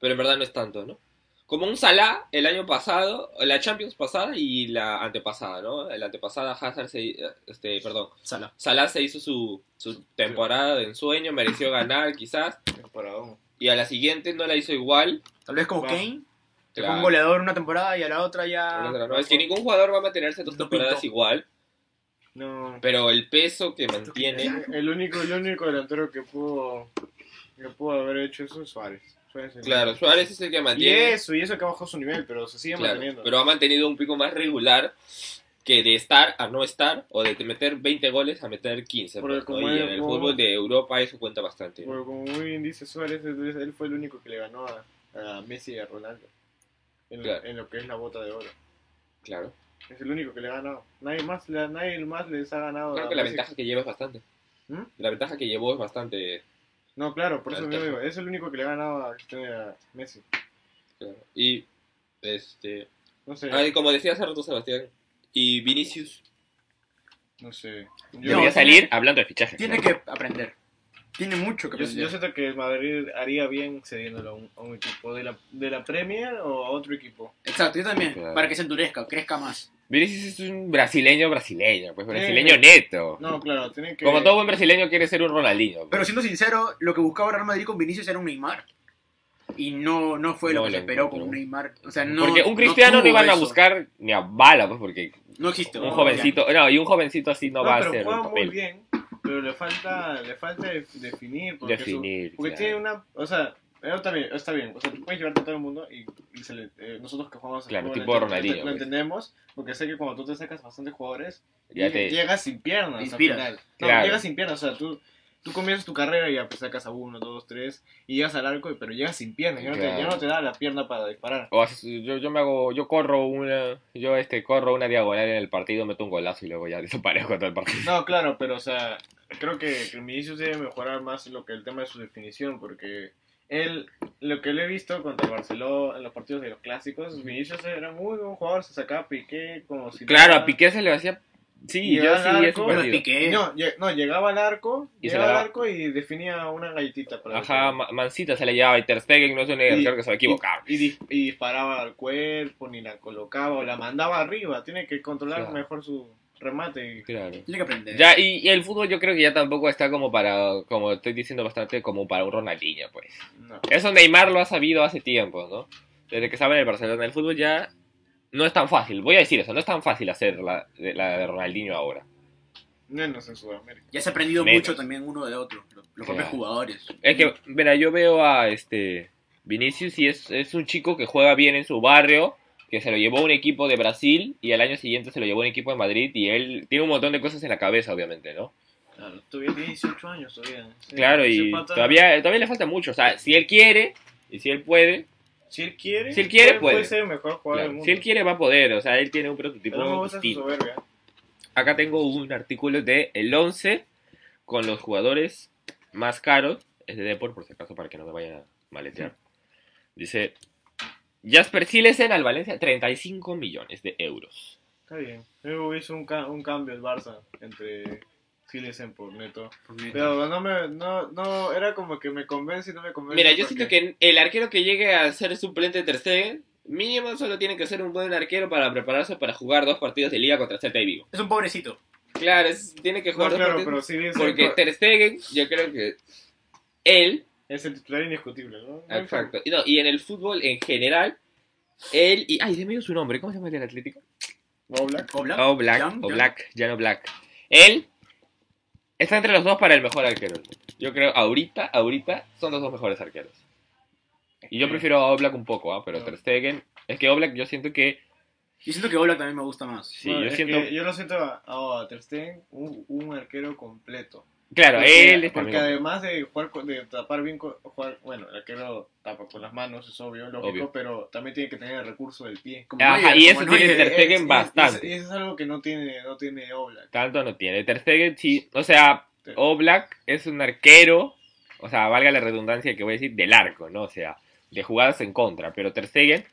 Speaker 5: Pero en verdad no es tanto, ¿no? Como un Salah el año pasado, la Champions pasada y la antepasada, ¿no? La antepasada Hazard se, este, perdón,
Speaker 4: Salah.
Speaker 5: Salah se hizo su, su temporada de ensueño, mereció ganar quizás,
Speaker 6: Paradón.
Speaker 5: y a la siguiente no la hizo igual.
Speaker 4: Tal vez como
Speaker 6: Va.
Speaker 4: Kane, que fue
Speaker 5: Claro.
Speaker 4: un goleador una temporada y a la otra ya.
Speaker 5: No, es que ningún jugador va a mantenerse dos
Speaker 4: No
Speaker 5: temporadas
Speaker 4: pintó.
Speaker 5: igual,
Speaker 6: No.
Speaker 5: pero el peso que mantiene...
Speaker 6: El único, el único delantero que pudo, que pudo haber hecho eso es Suárez. Suárez es el-
Speaker 5: Claro, Suárez es el que
Speaker 6: Y
Speaker 5: mantiene...
Speaker 6: eso, y eso que bajó su nivel, pero se sigue
Speaker 5: Claro,
Speaker 6: manteniendo.
Speaker 5: pero ha mantenido un pico más regular que de estar a no estar o de te meter 20 goles a meter 15.
Speaker 6: Porque
Speaker 5: pues, ¿no?
Speaker 6: como
Speaker 5: Y
Speaker 6: es-
Speaker 5: en el
Speaker 6: como-
Speaker 5: fútbol de Europa eso cuenta bastante. ¿no?
Speaker 6: Porque como muy bien dice Suárez, él él fue el único que le ganó a, a Messi y a Ronaldo. En, lo-
Speaker 5: Claro.
Speaker 6: en lo que es la bota de oro.
Speaker 5: Claro.
Speaker 6: Es el único que le ha ganado. Nadie más, le- nadie más les ha
Speaker 4: Ah,
Speaker 6: ganado.
Speaker 5: Creo
Speaker 6: a
Speaker 4: pues
Speaker 5: que la
Speaker 6: Messi.
Speaker 5: ventaja que lleva es bastante.
Speaker 6: ¿Mm?
Speaker 5: La ventaja que llevó es bastante.
Speaker 6: No, claro, por
Speaker 5: La
Speaker 6: eso
Speaker 5: ventaja.
Speaker 6: mismo digo. Es el único que le ha ganado a, este, a Messi.
Speaker 5: claro. Y este,
Speaker 6: No sé.
Speaker 5: ah, y como decía hace rato Sebastián y Vinicius
Speaker 6: No sé. Yo,
Speaker 5: debería
Speaker 4: tiene-
Speaker 5: salir hablando de fichajes.
Speaker 4: Tiene
Speaker 5: claro.
Speaker 4: que aprender. Tiene mucho que
Speaker 6: yo,
Speaker 4: aprender.
Speaker 6: yo siento que el Madrid haría bien cediéndolo a un, a un equipo de la, de la Premier o a otro equipo.
Speaker 4: Exacto, yo también.
Speaker 5: Claro.
Speaker 4: Para que se endurezca, crezca más.
Speaker 5: Vinicius es un brasileño brasileño, pues brasileño
Speaker 6: Sí.
Speaker 5: neto.
Speaker 6: No, claro, tiene que.
Speaker 5: Como todo buen brasileño quiere ser un Ronaldinho.
Speaker 4: Pero
Speaker 5: pues.
Speaker 4: siendo sincero, lo que buscaba Real Madrid con Vinicius era un Neymar. Y no, no fue
Speaker 5: No
Speaker 4: lo que
Speaker 5: lo
Speaker 4: se esperó
Speaker 5: encontró.
Speaker 4: con un Neymar. O sea, no.
Speaker 5: porque un cristiano no,
Speaker 4: tuvo
Speaker 5: iban a
Speaker 4: eso.
Speaker 5: buscar ni a bala, pues porque
Speaker 4: No existe.
Speaker 5: un
Speaker 6: No,
Speaker 5: jovencito, no, y un jovencito así no,
Speaker 6: No,
Speaker 5: va a
Speaker 6: pero
Speaker 5: ser
Speaker 6: juega
Speaker 5: un papel.
Speaker 6: muy bien, pero le falta, le falta de- definir. Porque su-
Speaker 5: Definir,
Speaker 6: porque
Speaker 5: claro.
Speaker 6: tiene una. O sea, pero también, está bien. O sea, tú puedes llevarte a todo el mundo y, y se le- eh, nosotros que jugamos al
Speaker 5: Claro,
Speaker 6: fútbol,
Speaker 5: tipo
Speaker 6: lo ent-
Speaker 5: Ronaldinho,
Speaker 6: Lo
Speaker 5: pues.
Speaker 6: entendemos, porque sé que cuando tú te sacas bastantes jugadores,
Speaker 5: Ya
Speaker 6: y-
Speaker 5: te-
Speaker 6: llegas sin piernas. al
Speaker 4: Inspiras.
Speaker 6: final. No,
Speaker 5: Claro.
Speaker 6: llegas sin piernas. O sea, tú. Tú comienzas tu carrera y ya pues, sacas a uno, dos, tres, y llegas al arco, pero llegas sin piernas, ya, no te,
Speaker 5: Claro.
Speaker 6: ya no te da la pierna para disparar.
Speaker 5: O haces- yo, yo me hago, yo corro una, yo este corro una diagonal en el partido, meto un golazo y luego ya desaparezco todo el partido.
Speaker 6: No, claro, pero o sea, creo que, que Vinicius debe mejorar más lo que el tema de su definición, porque él, lo que le he visto contra el Barcelona en los partidos de los clásicos, Vinicius era muy buen jugador, se sacaba a Piqué como si...
Speaker 5: Claro,
Speaker 6: nada.
Speaker 5: a Piqué se le hacía, sí,
Speaker 6: Y
Speaker 5: yo
Speaker 6: al
Speaker 5: sí es
Speaker 6: arco,
Speaker 5: un
Speaker 4: Bueno,
Speaker 5: partido.
Speaker 4: Piqué.
Speaker 6: No, lle- no, llegaba al arco,
Speaker 5: Y se la
Speaker 6: llegaba
Speaker 5: daba.
Speaker 6: al arco y definía una galletita para
Speaker 5: Ajá,
Speaker 6: el-
Speaker 5: Ma- Mancita se le llevaba y Ter Stegen no es un error que se va a equivocar.
Speaker 6: Y, y dis- y disparaba al cuerpo, ni la colocaba, o la mandaba arriba, tiene que controlar
Speaker 5: Claro.
Speaker 6: mejor su remate. y-
Speaker 5: Claro.
Speaker 4: Tiene que aprender.
Speaker 5: Ya, y, y el fútbol yo creo que ya tampoco está como para, como estoy diciendo bastante, como para un Ronaldinho, pues.
Speaker 6: no.
Speaker 5: Eso Neymar lo ha sabido hace tiempo, ¿no? Desde que estaba en el Barcelona, el fútbol ya no es tan fácil. Voy a decir eso, no es tan fácil hacer la, de- la de Ronaldinho ahora.
Speaker 6: Menos en Sudamérica.
Speaker 4: Ya se ha aprendido
Speaker 5: Menos.
Speaker 4: mucho también uno de otro. Los, los propios
Speaker 5: Claro.
Speaker 4: jugadores.
Speaker 5: Es que, mira, yo veo a este Vinicius y es, es un chico que juega bien en su barrio, que se lo llevó a un equipo de Brasil y al año siguiente se lo llevó a un equipo de Madrid y él tiene un montón de cosas en la cabeza, obviamente, ¿no?
Speaker 6: Claro, todavía tiene 18 años todavía. Sí,
Speaker 5: Claro,
Speaker 6: ese
Speaker 5: y
Speaker 6: pata-
Speaker 5: todavía, todavía le falta mucho. O sea, si él quiere y si él puede,
Speaker 6: Si él quiere,
Speaker 5: Si él quiere, puede.
Speaker 6: ser el mejor jugador
Speaker 5: claro,
Speaker 6: del mundo.
Speaker 5: si él quiere va a poder. O sea, él tiene un
Speaker 6: Pero no me
Speaker 5: prototipo
Speaker 6: gusta su
Speaker 5: distinto.
Speaker 6: soberbia.
Speaker 5: Acá tengo un artículo de El 11 con los jugadores más caros. Es de Deport, por si acaso, para que no me vayan a maletear. Dice Jasper Silesen al Valencia, 35 millones de euros.
Speaker 6: Está bien. Luego hubiese un, ca- un cambio el Barça entre Silesen por Neto. Pero no me. No, no, era como que me convence y no me convence.
Speaker 5: Mira, yo
Speaker 6: porque-
Speaker 5: siento que el arquero que llegue a ser suplente de Ter Stegen, mínimo solo tiene que ser un buen arquero para prepararse para jugar dos partidos de liga contra Celta y Vigo.
Speaker 4: Es un pobrecito.
Speaker 5: Claro, es- tiene que
Speaker 6: No,
Speaker 5: jugar dos
Speaker 6: claro, pero
Speaker 5: partidos.
Speaker 6: Silesen
Speaker 5: Porque Ter Stegen, yo creo que él
Speaker 6: es el titular indiscutible, ¿no? Muy
Speaker 5: Exacto. Y, no, y en el fútbol en general, él y. Ay, se me dio su nombre. ¿Cómo se llama el del Atlético?
Speaker 6: fan. Oblak.
Speaker 4: Oblak.
Speaker 5: Oh, Black.
Speaker 4: Jan,
Speaker 5: o
Speaker 4: Jan.
Speaker 5: Black. Jan Black. Él está entre los dos para el mejor arquero. del mundo. Yo creo, ahorita, ahorita, son los dos mejores arqueros. Y yo prefiero a Oblak un poco, ¿ah? pero
Speaker 6: No.
Speaker 5: Ter Stegen. Es que Oblak yo siento que.
Speaker 4: Yo siento que Oblak también me gusta más.
Speaker 5: Sí,
Speaker 6: No,
Speaker 5: yo
Speaker 6: es
Speaker 5: siento.
Speaker 6: que yo lo siento a, a Ter Stegen, un, un arquero completo.
Speaker 5: Claro,
Speaker 6: Porque-
Speaker 5: él es
Speaker 6: Porque
Speaker 5: también-
Speaker 6: además de jugar con- de tapar bien con- jugar, bueno, el arquero tapa con las manos, es obvio, lógico,
Speaker 5: Obvio.
Speaker 6: pero también tiene que tener el recurso del pie.
Speaker 4: Como
Speaker 5: Ajá,
Speaker 4: Neuer,
Speaker 5: y
Speaker 4: como
Speaker 5: eso tiene
Speaker 4: Neuer.
Speaker 5: Ter
Speaker 6: Eh,
Speaker 5: Stegen
Speaker 6: eh,
Speaker 5: bastante.
Speaker 6: Y eso es algo que no tiene, no tiene Oblak.
Speaker 5: Tanto no tiene. Ter Stegen sí. O sea, Oblak es un arquero. O sea, valga la redundancia que voy a decir, del arco, ¿no? O sea, de jugadas en contra. Pero Ter Stegen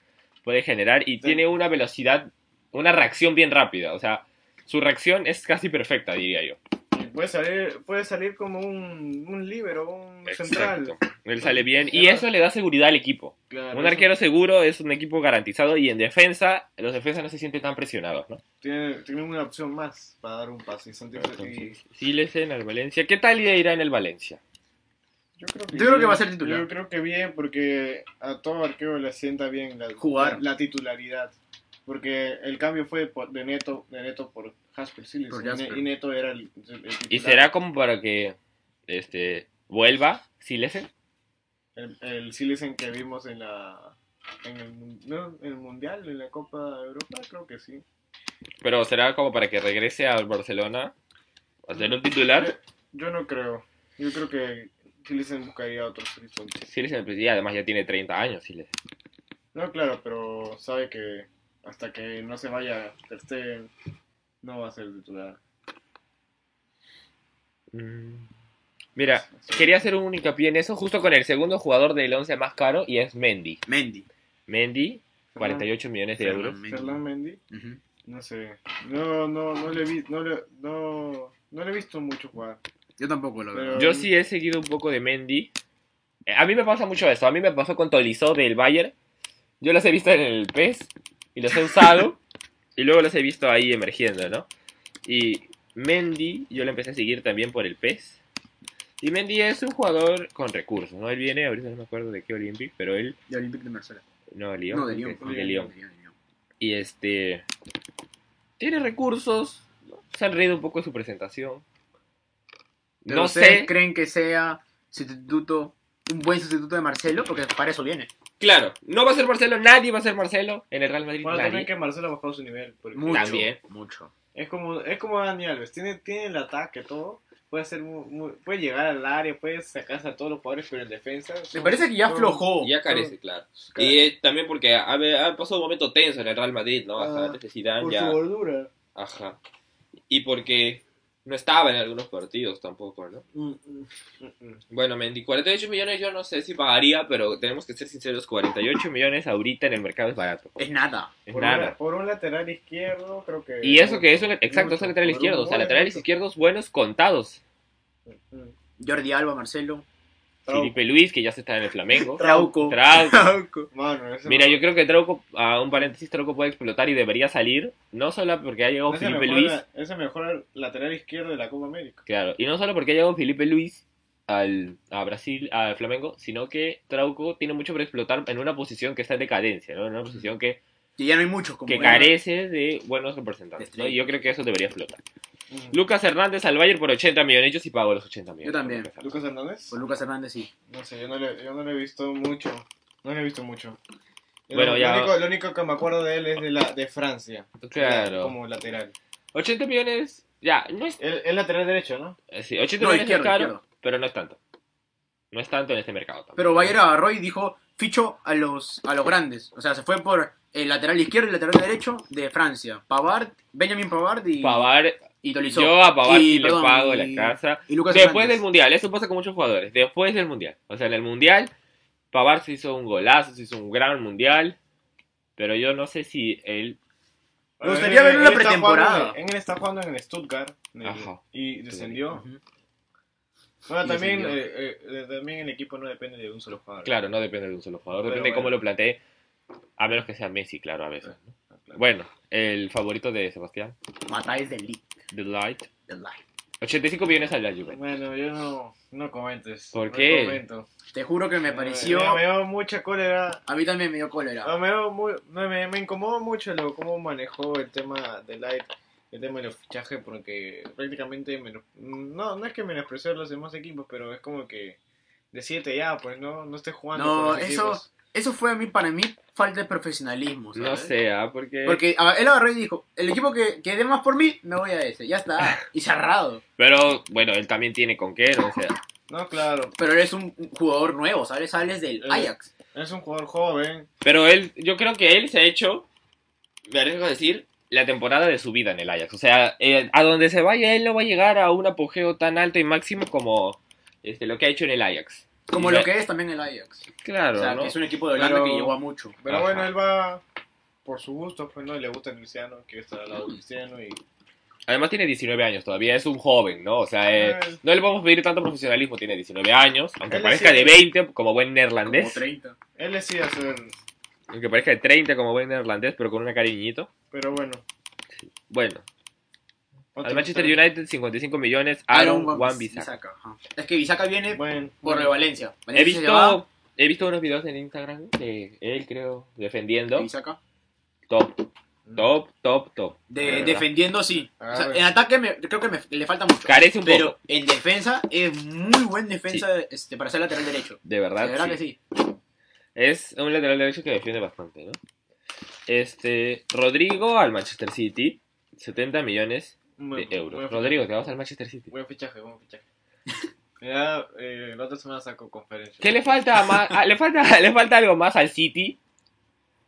Speaker 5: puede generar y tiene una velocidad, una reacción bien rápida. O sea, su reacción es casi perfecta, diría yo.
Speaker 6: Y Puede salir, puede salir como un, un líbero, un central.
Speaker 5: Él sale bien y eso le da seguridad al equipo.
Speaker 6: Claro,
Speaker 5: Un
Speaker 6: eso
Speaker 5: arquero seguro es un equipo garantizado y en defensa, los defensas no se sienten tan presionados, ¿no?
Speaker 6: Tiene, tiene una opción más para dar un pase. y sentirse- y-
Speaker 5: Sí, le en el Valencia. ¿Qué tal irá en el Valencia?
Speaker 6: Yo creo
Speaker 4: Yo creo que
Speaker 6: bien.
Speaker 4: va a ser titular.
Speaker 6: Yo creo que bien, porque a todo arquero le sienta bien la,
Speaker 4: Jugar.
Speaker 6: la, la titularidad. Porque el cambio fue por- de Neto, de Neto por Jasper Siles.
Speaker 4: Por
Speaker 6: y Ne-
Speaker 4: Jasper.
Speaker 6: y Neto era el, el titular.
Speaker 5: ¿Y será como para que este vuelva Silesen?
Speaker 6: El, el Siles en que vimos en la. En el, mun- no, en el Mundial, en la Copa de Europa, creo que sí.
Speaker 5: Pero será como para que regrese al Barcelona a ser un titular.
Speaker 6: Yo no creo. Yo creo que Silesen buscaría otros horizontes.
Speaker 5: Silesen, pues, y además ya tiene 30 años, Silesen.
Speaker 6: No, claro, pero sabe que hasta que no se vaya Ter Stegen, no va a ser titular.
Speaker 5: Mm. Mira, quería hacer un hincapié en eso justo con el segundo jugador del 11 más caro y es Mendy.
Speaker 4: Mendy.
Speaker 5: Mendy, 48 millones de euros.
Speaker 4: Mendy.
Speaker 6: Fernán Mendy,
Speaker 4: Ujú.
Speaker 6: no sé. No, no, no le vi, no le, no, no le he visto mucho jugar.
Speaker 4: Yo tampoco lo veo.
Speaker 6: Pero-
Speaker 5: Yo sí he seguido un poco de Mendy. Eh, A mí me pasa mucho eso. A mí me pasó con Tolizó del Bayern. Yo los he visto en el PES y los he usado. y luego los he visto ahí emergiendo, ¿no? Y Mendy, yo lo empecé a seguir también por el PES. Y Mendy es un jugador con recursos, ¿no? Él viene, ahorita no me acuerdo de qué Olympic, pero él...
Speaker 4: De Olympique de Marsella.
Speaker 5: No, Lyon.
Speaker 4: No, de
Speaker 5: creo
Speaker 4: Lyon.
Speaker 5: que es de Lyon.
Speaker 4: De Lyon.
Speaker 5: Y este. Tiene recursos. ¿no? Se han reído un poco de su presentación.
Speaker 4: Pero
Speaker 5: No
Speaker 4: ¿ustedes
Speaker 5: sé.
Speaker 4: ¿Creen que sea sustituto, un buen sustituto de Marcelo? Porque para eso viene.
Speaker 5: Claro, no va a ser Marcelo. Nadie va a ser Marcelo en el Real Madrid.
Speaker 6: Bueno,
Speaker 5: nadie.
Speaker 6: también que Marcelo ha bajado su nivel. porque
Speaker 4: Mucho.
Speaker 5: También.
Speaker 4: Mucho.
Speaker 6: Es como, es como Dani Alves, tiene, tiene el ataque, todo. Puede ser muy- muy- puede llegar al área, puede sacarse a todos los jugadores, pero en defensa.
Speaker 4: Me
Speaker 6: son-
Speaker 4: parece que ya
Speaker 6: son-
Speaker 4: aflojó.
Speaker 5: Ya carece, claro. Y eh, también porque ha, ha pasado un momento tenso en el Real Madrid, ¿no? Hasta
Speaker 6: Ah,
Speaker 5: antes de Zidane
Speaker 6: Por
Speaker 5: ya.
Speaker 6: su gordura.
Speaker 5: Ajá. Y porque no estaba en algunos partidos tampoco, ¿no?
Speaker 6: Mm, mm, mm, mm.
Speaker 5: Bueno, Mendy, 48 millones yo no sé si pagaría, pero tenemos que ser sinceros, 48 millones ahorita en el mercado es barato.
Speaker 4: Es nada.
Speaker 5: Es
Speaker 6: Por,
Speaker 5: nada.
Speaker 6: un- por un lateral izquierdo, creo que.
Speaker 5: Y eso que es un- exacto, es
Speaker 6: Mucho,
Speaker 5: un lateral
Speaker 6: por un
Speaker 5: izquierdo, o sea,
Speaker 6: gol,
Speaker 5: laterales
Speaker 6: mucho.
Speaker 5: izquierdos buenos contados.
Speaker 6: Mm.
Speaker 4: Jordi Alba, Marcelo.
Speaker 6: Trauco.
Speaker 5: Felipe Luis, que ya se está en el Flamengo.
Speaker 4: Trauco.
Speaker 5: Trauco.
Speaker 4: Trauco.
Speaker 6: Mano, ese
Speaker 5: Mira,
Speaker 6: no-
Speaker 5: yo creo que Trauco, a un paréntesis, Trauco puede explotar y debería salir, no solo porque ha llegado
Speaker 6: ese
Speaker 5: Felipe
Speaker 6: mejor,
Speaker 5: Luis,
Speaker 6: Ese mejor lateral izquierdo de la Copa América.
Speaker 5: claro, y no solo porque ha llegado Felipe Luis al, a Brasil, al Flamengo, sino que Trauco tiene mucho para explotar en una posición que está en decadencia, ¿no? En una posición que
Speaker 4: Que ya no hay muchos. como
Speaker 5: que
Speaker 4: era.
Speaker 5: carece de buenos representantes. ¿no? Y yo creo que eso debería explotar.
Speaker 6: Mm.
Speaker 5: Lucas Hernández al Bayern por 80 millones. Yo sí pago los 80 millones.
Speaker 4: Yo también.
Speaker 5: por Lucas
Speaker 6: ¿Lucas Hernández?
Speaker 4: Por Lucas Hernández, sí.
Speaker 6: No sé, yo no le, yo no le he visto mucho. No le he visto mucho. Yo
Speaker 5: Bueno,
Speaker 6: lo,
Speaker 5: ya-
Speaker 6: Lo único, lo único que me acuerdo de él es de, la, de Francia.
Speaker 5: Hernández. Claro.
Speaker 6: Como lateral.
Speaker 5: 80 millones. Ya, no es.
Speaker 6: Él es lateral derecho, ¿no?
Speaker 5: eh, sí, 80
Speaker 4: No,
Speaker 5: millones es
Speaker 4: izquierdo,
Speaker 5: caro,
Speaker 4: izquierdo.
Speaker 5: pero no es tanto. No es tanto en este mercado. tampoco.
Speaker 4: Pero Bayer agarró y dijo, ficho a los, a los grandes. O sea, se fue por el lateral izquierdo y el lateral derecho de Francia. Pavard, Benjamin Pavard y,
Speaker 5: Pavard,
Speaker 4: y Tolisso.
Speaker 5: yo a Pavard
Speaker 4: Y,
Speaker 5: sí le
Speaker 4: perdón,
Speaker 5: pago
Speaker 4: y-
Speaker 5: la casa.
Speaker 4: Y Lucas
Speaker 5: Después del
Speaker 4: Hernández.
Speaker 5: mundial, eso pasa con muchos jugadores. Después del mundial, o sea, en el mundial, Pavard se hizo un golazo, se hizo un gran mundial. Pero yo no sé si él
Speaker 4: Me gustaría verlo en la
Speaker 6: Él está
Speaker 4: pretemporada.
Speaker 6: jugando en- Él está jugando en el Stuttgart. en el-
Speaker 5: Ajá.
Speaker 6: Y descendió.
Speaker 4: Ujú.
Speaker 6: Bueno,
Speaker 4: Y
Speaker 6: también,
Speaker 4: descendió.
Speaker 6: eh, eh, eh, también el equipo no depende de un solo jugador.
Speaker 5: Claro, no depende de un solo jugador,
Speaker 6: Pero
Speaker 5: depende de cómo
Speaker 6: bueno.
Speaker 5: lo plantee, a menos que sea Messi, claro, a veces. ¿no?
Speaker 6: claro.
Speaker 5: Bueno, el favorito de Sebastián,
Speaker 4: Matáis del Lee.
Speaker 5: The Light,
Speaker 4: del Lee.
Speaker 5: 85 millones a la Juventus.
Speaker 6: Bueno, yo no, no comentes.
Speaker 5: ¿Por
Speaker 6: no
Speaker 5: qué?
Speaker 6: comento.
Speaker 4: Te juro que
Speaker 6: Eh,
Speaker 4: me pareció...
Speaker 6: Me, me dio mucha cólera
Speaker 4: A mí también me dio cólera.
Speaker 6: Ah, me, veo muy- me, me- me incomodó mucho lo, cómo manejó el tema de Light, el tema de los fichajes, porque prácticamente, menos- no, no es que menospreció a los demás equipos, pero es como que de 7 ya, pues no, no esté jugando.
Speaker 4: No,
Speaker 6: con los
Speaker 4: eso-
Speaker 6: equipos.
Speaker 4: Eso fue a mí, para mí falta de profesionalismo.
Speaker 5: No
Speaker 4: ¿sabes?
Speaker 5: sé, ah, porque...
Speaker 4: Porque a- él agarró y dijo, el equipo que, que dé más por mí, me voy a ese. Ya está. Y cerrado.
Speaker 5: Pero bueno, él también tiene con qué, ¿no? O sea,
Speaker 6: No, claro.
Speaker 4: Pero eres un jugador nuevo, ¿sabes? Sales del
Speaker 6: Eh.
Speaker 4: Ajax.
Speaker 6: Es un jugador joven.
Speaker 5: pero él, yo creo que él se ha hecho, me arriesgo a decir, la temporada de su vida en el Ajax. O sea, eh, a donde se vaya, él no va a llegar a un apogeo tan alto y máximo como este, lo que ha hecho en el Ajax.
Speaker 4: Como
Speaker 5: Y
Speaker 4: lo
Speaker 5: me-
Speaker 4: que es también el Ajax.
Speaker 5: Claro,
Speaker 4: o sea,
Speaker 5: ¿no?
Speaker 4: que es un equipo de Holanda
Speaker 6: Pero-
Speaker 4: que llegó a mucho.
Speaker 6: Pero
Speaker 5: Ajá.
Speaker 6: bueno, él va por su gusto, pues no, y le gusta Cristiano, quiere estar al lado de Cristiano y...
Speaker 5: Además tiene 19 años todavía, es un joven, ¿no? O sea, eh,
Speaker 6: Ay.
Speaker 5: no le podemos pedir tanto profesionalismo, tiene 19 años, aunque
Speaker 6: Ah. Él
Speaker 5: parezca
Speaker 6: es
Speaker 5: de
Speaker 6: el-
Speaker 5: 20 como buen
Speaker 4: Como
Speaker 5: neerlandés,
Speaker 4: 30.
Speaker 6: Él decía hacer...
Speaker 5: aunque parezca de 30 como buen neerlandés, pero con una cariñito.
Speaker 6: Pero bueno.
Speaker 5: Bueno,
Speaker 6: otro
Speaker 5: al Manchester
Speaker 6: gusto.
Speaker 5: United 55 millones, Aaron
Speaker 4: Aaron
Speaker 5: Wan
Speaker 4: Wan-Bissaka, ajá. Es que Bisaca viene
Speaker 6: Bueno,
Speaker 4: por
Speaker 6: bueno.
Speaker 4: el Valencia.
Speaker 5: He
Speaker 4: Valencia se va,
Speaker 5: visto, he visto unos videos en Instagram de él, creo, defendiendo.
Speaker 4: Bisaca.
Speaker 5: Top, top, top, top.
Speaker 4: De-
Speaker 5: La verdad.
Speaker 4: defendiendo sí.
Speaker 6: Eh. Ah,
Speaker 4: O sea,
Speaker 6: bueno.
Speaker 4: en ataque me- creo que me- le falta mucho.
Speaker 5: Carece un
Speaker 4: pero
Speaker 5: poco.
Speaker 4: en defensa es muy buen defensa este, para ser lateral derecho.
Speaker 5: De
Speaker 4: De
Speaker 5: verdad,
Speaker 4: verdad
Speaker 5: sí.
Speaker 4: que sí.
Speaker 5: Es un lateral derecho que defiende bastante, ¿no? Este, Rodrigo al Manchester City, 70 millones
Speaker 6: Un
Speaker 5: de
Speaker 6: buen- buen
Speaker 5: euros.
Speaker 6: fichaje.
Speaker 5: Rodrigo, te vas al Manchester City.
Speaker 6: Buen fichaje, buen fichaje. Ya, eh, la otra semana saco conferencia.
Speaker 5: ¿Qué le falta más? ah, le falta, le falta algo más al City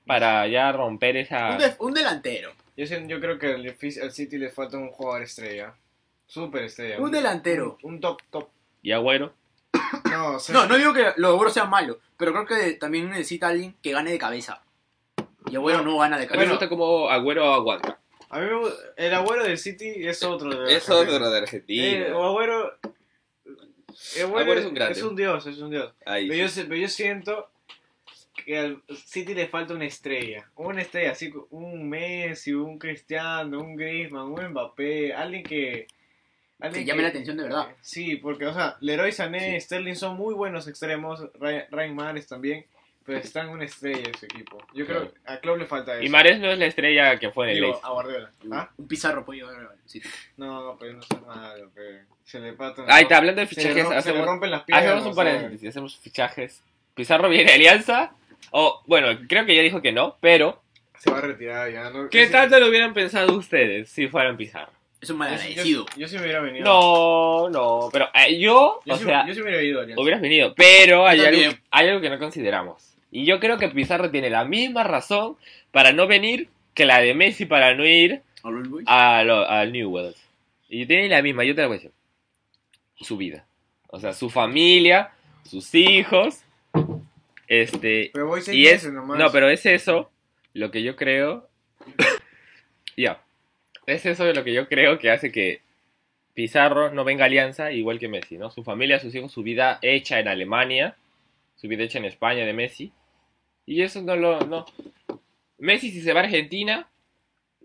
Speaker 5: para ya romper esa.
Speaker 4: Un, def- un delantero.
Speaker 6: Yo, sé- yo creo que al, Fis- al City le falta un jugador estrella. Super estrella.
Speaker 4: Un delantero.
Speaker 6: Un, un top, top.
Speaker 5: Y Agüero.
Speaker 6: No, o sea,
Speaker 4: No, no digo que los logros sean malos, pero creo que también necesita alguien que gane de cabeza. Y bueno, no,
Speaker 6: No.
Speaker 4: gana de
Speaker 5: A mí me
Speaker 4: cabeza.
Speaker 5: gusta cómo Agüero aguanta.
Speaker 6: A mí me gu- el agüero del City es otro. de verdad.
Speaker 5: Es otro de
Speaker 6: Eh,
Speaker 5: Argentina.
Speaker 6: agüero.
Speaker 5: Agüero es un grande.
Speaker 6: es un dios, es un dios.
Speaker 5: Ahí.
Speaker 6: Pero yo, se- pero yo siento que al City le falta una estrella. Una estrella, así co- un Messi, un Cristiano, un Griezmann, un Mbappé, alguien que...
Speaker 4: Que
Speaker 6: alguien
Speaker 4: llame la atención de verdad.
Speaker 6: Eh, Sí, porque, o sea, Leroy Sané, Sterling son muy buenos extremos, Ray- Ryan Mares también, pero están una estrella en su equipo. Yo creo que a Klopp le falta eso.
Speaker 5: Y Mares no es la estrella que fue en el
Speaker 6: Digo,
Speaker 5: Leipzig.
Speaker 6: a Guardiola. ¿Ah?
Speaker 4: Un pizarro puede llegar al City.
Speaker 6: No, pero no es malo, pero se le patan.
Speaker 5: Ahí está, hablando de
Speaker 6: se le,
Speaker 5: fichajes,
Speaker 6: romp- se le
Speaker 5: hacemos- ah,
Speaker 6: rompen las piernas.
Speaker 5: Hacemos un
Speaker 6: o sea,
Speaker 5: paréntesis, hacemos fichajes. Pizarro viene a Alianza. O, bueno, creo que ya dijo que no, pero. pues
Speaker 6: Se va a retirar ya, ¿no?
Speaker 5: ¿Qué
Speaker 6: Sí.
Speaker 5: tanto lo hubieran pensado ustedes si fueran Pizarro?
Speaker 4: Es un
Speaker 6: Yo-
Speaker 4: malagradecido.
Speaker 6: Yo, yo sí me hubiera venido.
Speaker 5: No, no, pero eh, yo,
Speaker 6: Yo,
Speaker 5: o
Speaker 6: sí,
Speaker 5: sea,
Speaker 6: yo sí me hubiera ido, Ariel.
Speaker 5: hubieras venido, pero hay
Speaker 4: Yo
Speaker 5: algo,
Speaker 4: también.
Speaker 5: hay algo que no consideramos. Y yo creo que Pizarro tiene la misma razón para no venir que la de Messi para no ir
Speaker 4: All right,
Speaker 5: a, lo- a Newell's. Y tiene la misma, yo te la voy a decir. Su vida. O sea, su familia, sus hijos. Este.
Speaker 6: Pero voy seis
Speaker 5: Y es.
Speaker 6: meses nomás.
Speaker 5: No, pero es eso lo que yo creo. Ya. Es eso lo que yo creo que hace que Pizarro no venga a Alianza igual que Messi, ¿no? Su familia, sus hijos, su vida hecha en Alemania, su vida hecha en España de Messi. Y eso no lo. No. Messi, si se va a Argentina,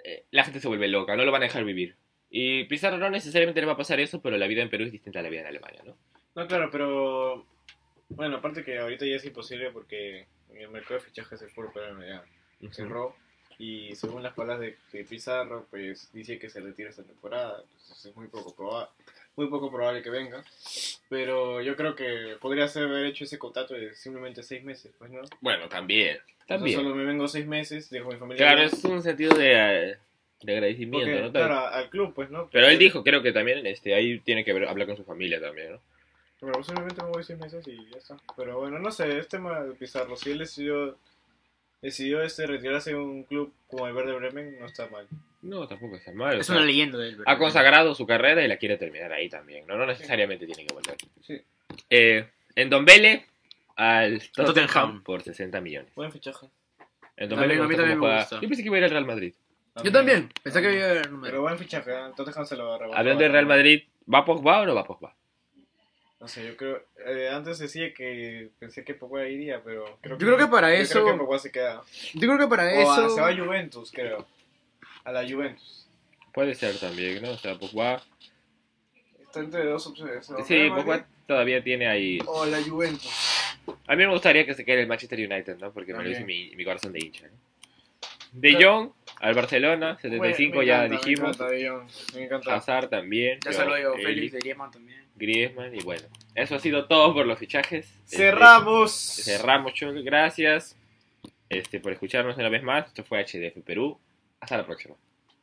Speaker 5: eh, la gente se vuelve loca, no lo van a dejar vivir. Y Pizarro no necesariamente le va a pasar eso, pero la vida en Perú es distinta a la vida en Alemania, ¿no?
Speaker 6: No, claro, pero. Bueno, aparte que ahorita ya es imposible porque el mercado de fichajes es puro peruano ya cerró. Y según las palabras de, de Pizarro, pues dice que se retira esta temporada. Entonces es muy poco, proba- muy poco probable que venga. Pero yo creo que podría ser haber hecho ese contrato de simplemente seis meses, pues no.
Speaker 5: Bueno, también. También.
Speaker 6: Yo solo me vengo seis meses, dejo mi familia.
Speaker 5: Claro,
Speaker 6: allá.
Speaker 5: es un sentido de, eh, de
Speaker 6: Porque,
Speaker 5: agradecimiento, ¿no?
Speaker 6: claro, al club, pues no.
Speaker 5: Pero él dijo, creo que también este, ahí tiene que ver, hablar con su familia también, ¿no?
Speaker 6: Pero simplemente me voy seis meses y ya está. Pero bueno, no sé, es tema de Pizarro. Si él decidió, decidió este, retirarse de un club como el Verde Bremen, no está mal.
Speaker 5: No, tampoco está mal. o
Speaker 4: Es
Speaker 5: sea,
Speaker 4: una leyenda del
Speaker 5: ha consagrado su carrera y la quiere terminar ahí también, ¿no? No necesariamente tiene que volver.
Speaker 6: Sí.
Speaker 5: Eh, en Don Vele al Tottenham,
Speaker 4: Tottenham.
Speaker 5: por 60 millones.
Speaker 6: Buen fichaje.
Speaker 5: En Don
Speaker 4: También,
Speaker 5: Vele
Speaker 4: a mí
Speaker 5: gusta
Speaker 4: también
Speaker 5: cómo
Speaker 4: me
Speaker 5: juega.
Speaker 4: gusta.
Speaker 5: Yo pensé que iba a ir al Real Madrid.
Speaker 4: Yo también. Pensé que iba a haber
Speaker 6: Pero buen fichaje, ¿eh? Tottenham se lo arrebató.
Speaker 5: Hablando del Real Madrid, ¿va Pogba o no va Pogba?
Speaker 6: No sé, yo creo. eh, antes decía que pensé que Pogba iría, pero. Creo
Speaker 4: Yo creo que para
Speaker 6: yo
Speaker 4: eso-
Speaker 6: Creo que Pogba se queda.
Speaker 4: Yo creo que para
Speaker 6: O a- se va a Juventus, creo. A la Juventus.
Speaker 5: Puede ser también, ¿no? O sea, Pogba...
Speaker 6: Está entre dos opciones. ¿no?
Speaker 5: Sí,
Speaker 6: Real Madrid
Speaker 5: Pogba todavía tiene ahí...
Speaker 6: O a la Juventus.
Speaker 5: A mí me gustaría que se quede el Manchester United, ¿no? Porque me lo dice
Speaker 6: También.
Speaker 5: mi, mi corazón de hincha, ¿no? De Jong al Barcelona, 75
Speaker 6: Me
Speaker 5: ya
Speaker 6: encanta, Me
Speaker 5: dijimos. Ah,
Speaker 6: encanta De Jong, me encanta.
Speaker 5: Hazard también.
Speaker 4: Ya salió Diego
Speaker 5: Eric,
Speaker 4: Félix de Griezmann también.
Speaker 5: Griezmann y bueno. Eso ha sido todo por los fichajes. Este,
Speaker 6: Cerramos.
Speaker 5: cerramos, Chol. Gracias este, por escucharnos una vez más. Esto fue HDF Perú. Hasta la próxima.